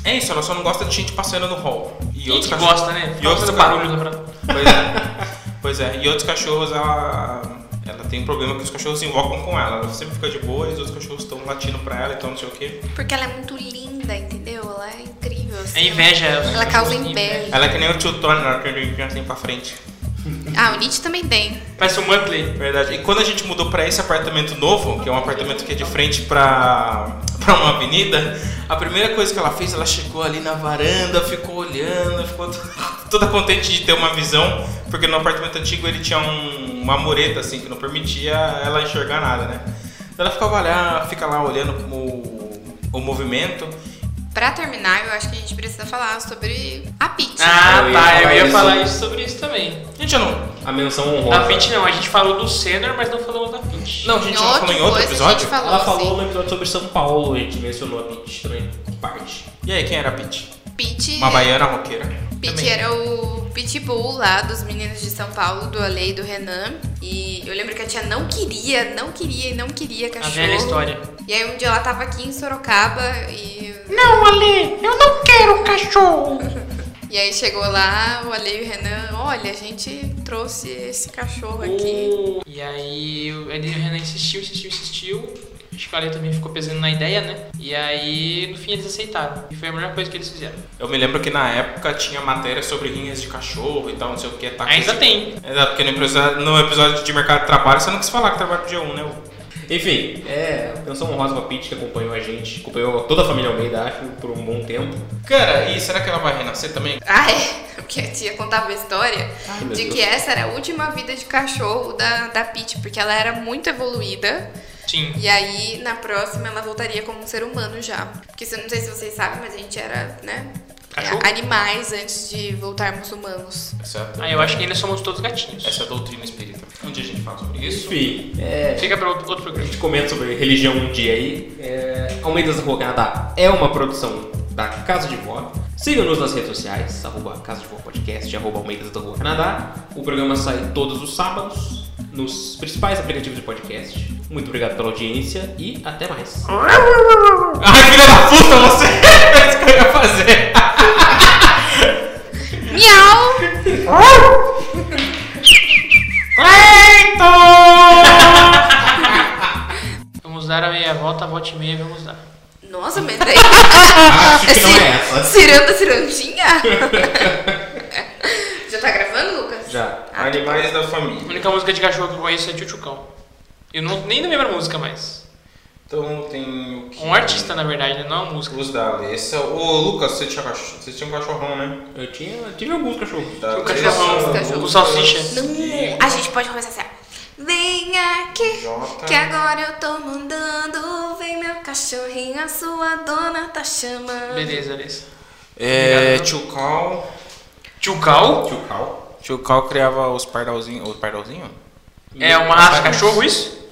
S2: É isso, ela só não gosta de gente passeando no hall.
S1: E outros gosta, né?
S2: E outros
S1: fazendo
S2: ca-
S1: barulho na pra...
S2: Pois é. Pois é. E outros cachorros, ela, ela tem um problema que os cachorros se invocam com ela. Ela sempre fica de boa e os outros cachorros estão latindo pra ela, então não sei o quê.
S3: Porque ela é muito linda, entendeu? Ela é incrível. assim.
S1: É inveja.
S3: Ela causa inveja.
S2: Ela é que nem o tio Tony, na hora que ele assim pra frente.
S3: Ah, o Nietzsche também tem.
S1: Parece um Muttley.
S2: Verdade. E quando a gente mudou pra esse apartamento novo, que é um apartamento que é de frente pra, [LAUGHS] pra uma avenida, a primeira coisa que ela fez, ela chegou ali na varanda, ficou olhando, ficou to- [LAUGHS] toda contente de ter uma visão, porque no apartamento antigo ele tinha um- uma mureta, assim, que não permitia ela enxergar nada, né? Ela ficava lá, fica lá olhando o, o movimento.
S3: Pra terminar, eu acho que a gente precisa falar sobre a pizza.
S1: Ah,
S5: Eu ia
S1: tá. Eu
S5: falar
S1: ia
S5: isso.
S1: falar isso sobre isso também.
S2: A gente já não.
S1: É.
S5: A menção honrosa.
S1: Da Fitch não. A gente falou do Senor, mas não falamos da Fitch.
S2: Não, a gente
S3: Em
S2: já não falou em outro
S3: coisa a
S2: episódio?
S3: gente falou,
S5: Ela falou
S3: assim,
S5: no episódio sobre São Paulo, a gente mencionou a Peach também, parte.
S2: E aí, quem era a Pete?
S3: assim, Pete,
S2: Uma baiana roqueira.
S3: Pete
S2: Também.
S3: era o Pitbull lá dos meninos de São Paulo, do Ale e do Renan. E eu lembro que a tia não queria, não queria e não queria
S1: A
S3: cachorro.
S1: velha história.
S3: E aí um dia ela tava aqui em Sorocaba e
S7: Não, Ale, eu não quero um cachorro.
S3: E aí chegou lá, o Ale e o Renan, olha, a gente trouxe esse cachorro aqui.
S1: O- E aí o Edir Renan insistiu, insistiu, insistiu. Acho que o Ale também ficou pesando na ideia, né? E aí, no fim, eles aceitaram. E foi a melhor coisa que eles fizeram.
S2: Eu me lembro que na época tinha matéria sobre rinhas de cachorro e tal, não sei o que. Tá
S1: Ainda tem.
S2: Exato, porque no episódio, no episódio de mercado de trabalho você não quis falar que trabalha com G1, né?
S5: Enfim, é, menção honrosa pra Peach que acompanhou a gente, acompanhou toda a família Almeida, acho, por um bom tempo.
S2: Cara, e será que ela vai renascer também?
S3: Ah, é? [LAUGHS] Porque a tia contava a história
S5: meu
S3: de
S5: Deus.
S3: que essa era a última vida de cachorro da, da Pete, porque ela era muito evoluída.
S1: Sim.
S3: E aí, na próxima, ela voltaria como um ser humano já. Porque eu não sei se vocês sabem, mas a gente era, né?
S1: Cachorro?
S3: Animais antes de voltarmos humanos.
S2: Essa é a,
S1: Ah, eu acho que ainda somos todos gatinhos.
S2: essa é a doutrina espírita. Um dia a gente fala sobre isso.
S5: Enfim, é,
S1: Fica pra outro outro
S5: a
S1: programa.
S5: gente comenta sobre religião um dia aí. É, Almeidas Rogada é uma produção da Casa de Vó. Siga-nos nas redes sociais, arroba Casa de Vó Podcast, arroba Almeidas da Rua Canadá. O programa sai todos os sábados nos principais aplicativos de podcast. Muito obrigado pela audiência e até mais.
S2: Ai, filha da puta, você [LAUGHS] fez o que eu ia fazer.
S3: Miau!
S1: Vamos dar a meia volta, a volta e meia, vamos dar.
S3: Nossa, mas daí.
S5: Acho [LAUGHS] que não é
S3: Cir-
S5: essa.
S3: Ciranda Cirandinha? [LAUGHS] Já tá gravando, Lucas?
S5: Já.
S1: Ah.
S2: Animais da
S1: A
S2: família.
S1: única música de cachorro que eu conheço é Tchutchucão. Eu não, nem lembro a música mais.
S2: Então tem o que?
S1: Um artista, na verdade, né? não é uma música.
S2: Os da Alessa. Ô, Lucas, você tinha, cachorro, você tinha um cachorrão, né?
S5: Eu tinha, eu tive alguns cachorros.
S2: Da
S1: O um cachorrão,
S3: cachorro.
S1: o salsicha.
S3: Não, a gente pode começar assim. ó. Vem aqui,
S2: Jota.
S3: que agora eu tô mandando. Vem meu cachorrinho, a sua dona tá chamando.
S1: Beleza, Alessa.
S2: É, tio Cal.
S1: Tchucal?
S5: Tio Cal.
S2: Tio Cal criava os pardalzinhos. Os pardalzinhos?
S1: É uma raça de cachorro, isso?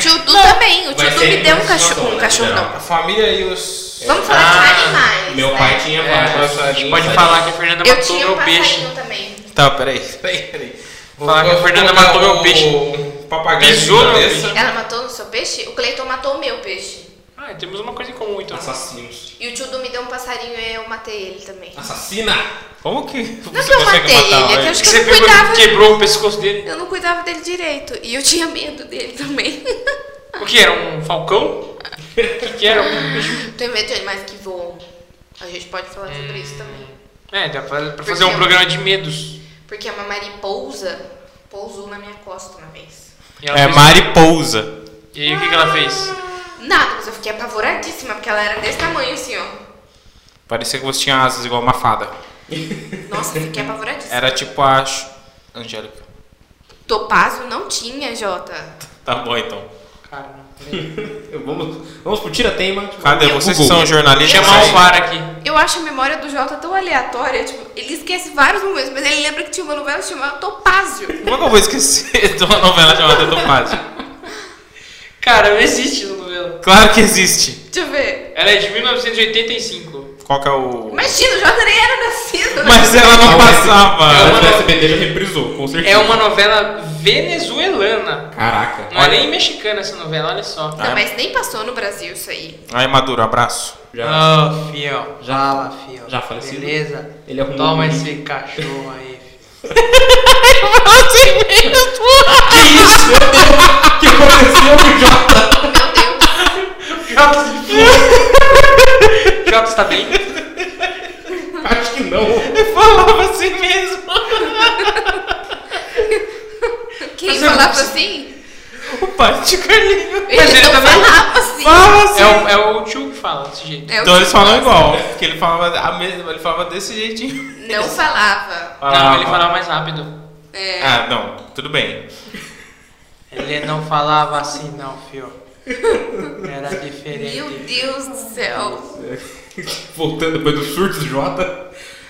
S3: Tio Du também. O tio
S5: Vai
S3: Du
S5: ser
S3: me deu um
S5: uma
S3: cachorro.
S5: dona,
S3: Um cachorro
S5: geral.
S3: não.
S2: A família e os.
S3: Vamos falar de animais.
S5: Meu
S3: né?
S5: pai tinha
S1: É,
S5: vários.
S1: a gente pode falar que a Fernanda
S3: Eu
S1: matou
S3: tinha um
S1: meu peixe.
S3: passarinho também.
S2: Tá, peraí. [LAUGHS] Peraí, peraí. Vou-
S1: Falar que a
S2: vou
S1: Fernanda
S2: colocar
S1: matou
S2: o-
S1: meu peixe.
S2: o Papagaio
S1: Pisou
S2: de
S1: no meu
S2: cabeça.
S3: Ela matou o seu peixe? O Cleiton matou o meu peixe.
S1: Ah, temos uma coisa em comum, então.
S5: Assassinos.
S3: E o tio Du me deu um passarinho e eu matei ele também.
S5: Assassina!
S2: Como que
S3: Não que eu matei ele, é que eu acho que eu
S1: Você
S3: não
S1: pegou,
S3: cuidava.
S1: quebrou o pescoço dele.
S3: Eu não cuidava dele direito. E eu tinha medo dele também. [LAUGHS]
S1: O que era? Um falcão? O que, que era? Um bicho?
S3: Tenho medo de animais que voam. A gente pode falar sobre
S1: Hum.
S3: isso também.
S1: É, dá pra, pra
S3: Porque
S1: fazer
S3: eu-
S1: um programa de medos.
S3: Porque uma mariposa pousou na minha costa uma vez.
S1: E ela
S2: É
S1: fez-
S2: mariposa.
S1: E aí, o que, que ela fez?
S3: Nada, mas eu fiquei apavoradíssima, porque ela era desse tamanho assim, ó.
S2: Parecia que você tinha asas igual uma fada.
S3: Nossa, eu fiquei apavoradíssima.
S1: É.
S2: Era tipo a Ch- Angélica.
S3: Topázio não tinha, Jota.
S2: Tá bom então.
S1: Cara, não.
S5: Vamos, vamos pro tira-teima.
S2: Cadê vocês que são jornalistas?
S1: Chamar o VAR aqui.
S3: Eu acho a memória do Jota tão aleatória, tipo, ele esquece vários momentos, mas ele lembra que tinha uma novela chamada Topázio.
S2: Como é que eu vou esquecer [LAUGHS] de uma novela chamada Topazio?
S1: Cara, não existe essa novela.
S2: Claro que existe.
S3: Deixa eu ver.
S1: Ela é de 1985.
S2: Qual que é o.
S3: Imagina, o Jota nem era nascido. né?
S2: Mas é ela não passava.
S5: Ela do SBT já reprisou, com certeza.
S1: É uma novela venezuelana.
S5: Caraca.
S1: Não é nem mexicana essa novela, olha só.
S3: Não, mas nem passou no Brasil isso aí.
S2: Aí, Maduro, abraço.
S5: Já.
S1: oh, fiel.
S5: Já-
S1: Fala, fiel.
S5: já falecido.
S1: Beleza?
S5: Ele arrumou
S1: Toma
S5: um-
S1: esse cachorro aí, filho.
S5: O que aconteceu com o Jota?
S3: Meu Deus.
S1: Jota se foi. [LAUGHS] Jota está bem?
S5: Acho que não.
S2: Falava assim mesmo.
S3: Quem
S2: é
S3: falava assim?
S2: O pai de Carlinhos.
S1: Mas
S3: Eles
S1: ele
S3: não
S1: também-
S3: falavam assim.
S2: Fala assim.
S1: É o, é o tio que fala desse jeito.
S3: É o
S2: Então
S3: que
S2: eles falam igual. Porque ele falava a mesma, ele falava desse jeitinho.
S3: Não falava.
S1: Não, ele falava mais rápido.
S3: É.
S2: Ah, não, tudo bem.
S1: Ele não falava assim não, fio. Era diferente.
S3: Meu Deus do céu.
S5: Voltando depois do surto do Jota.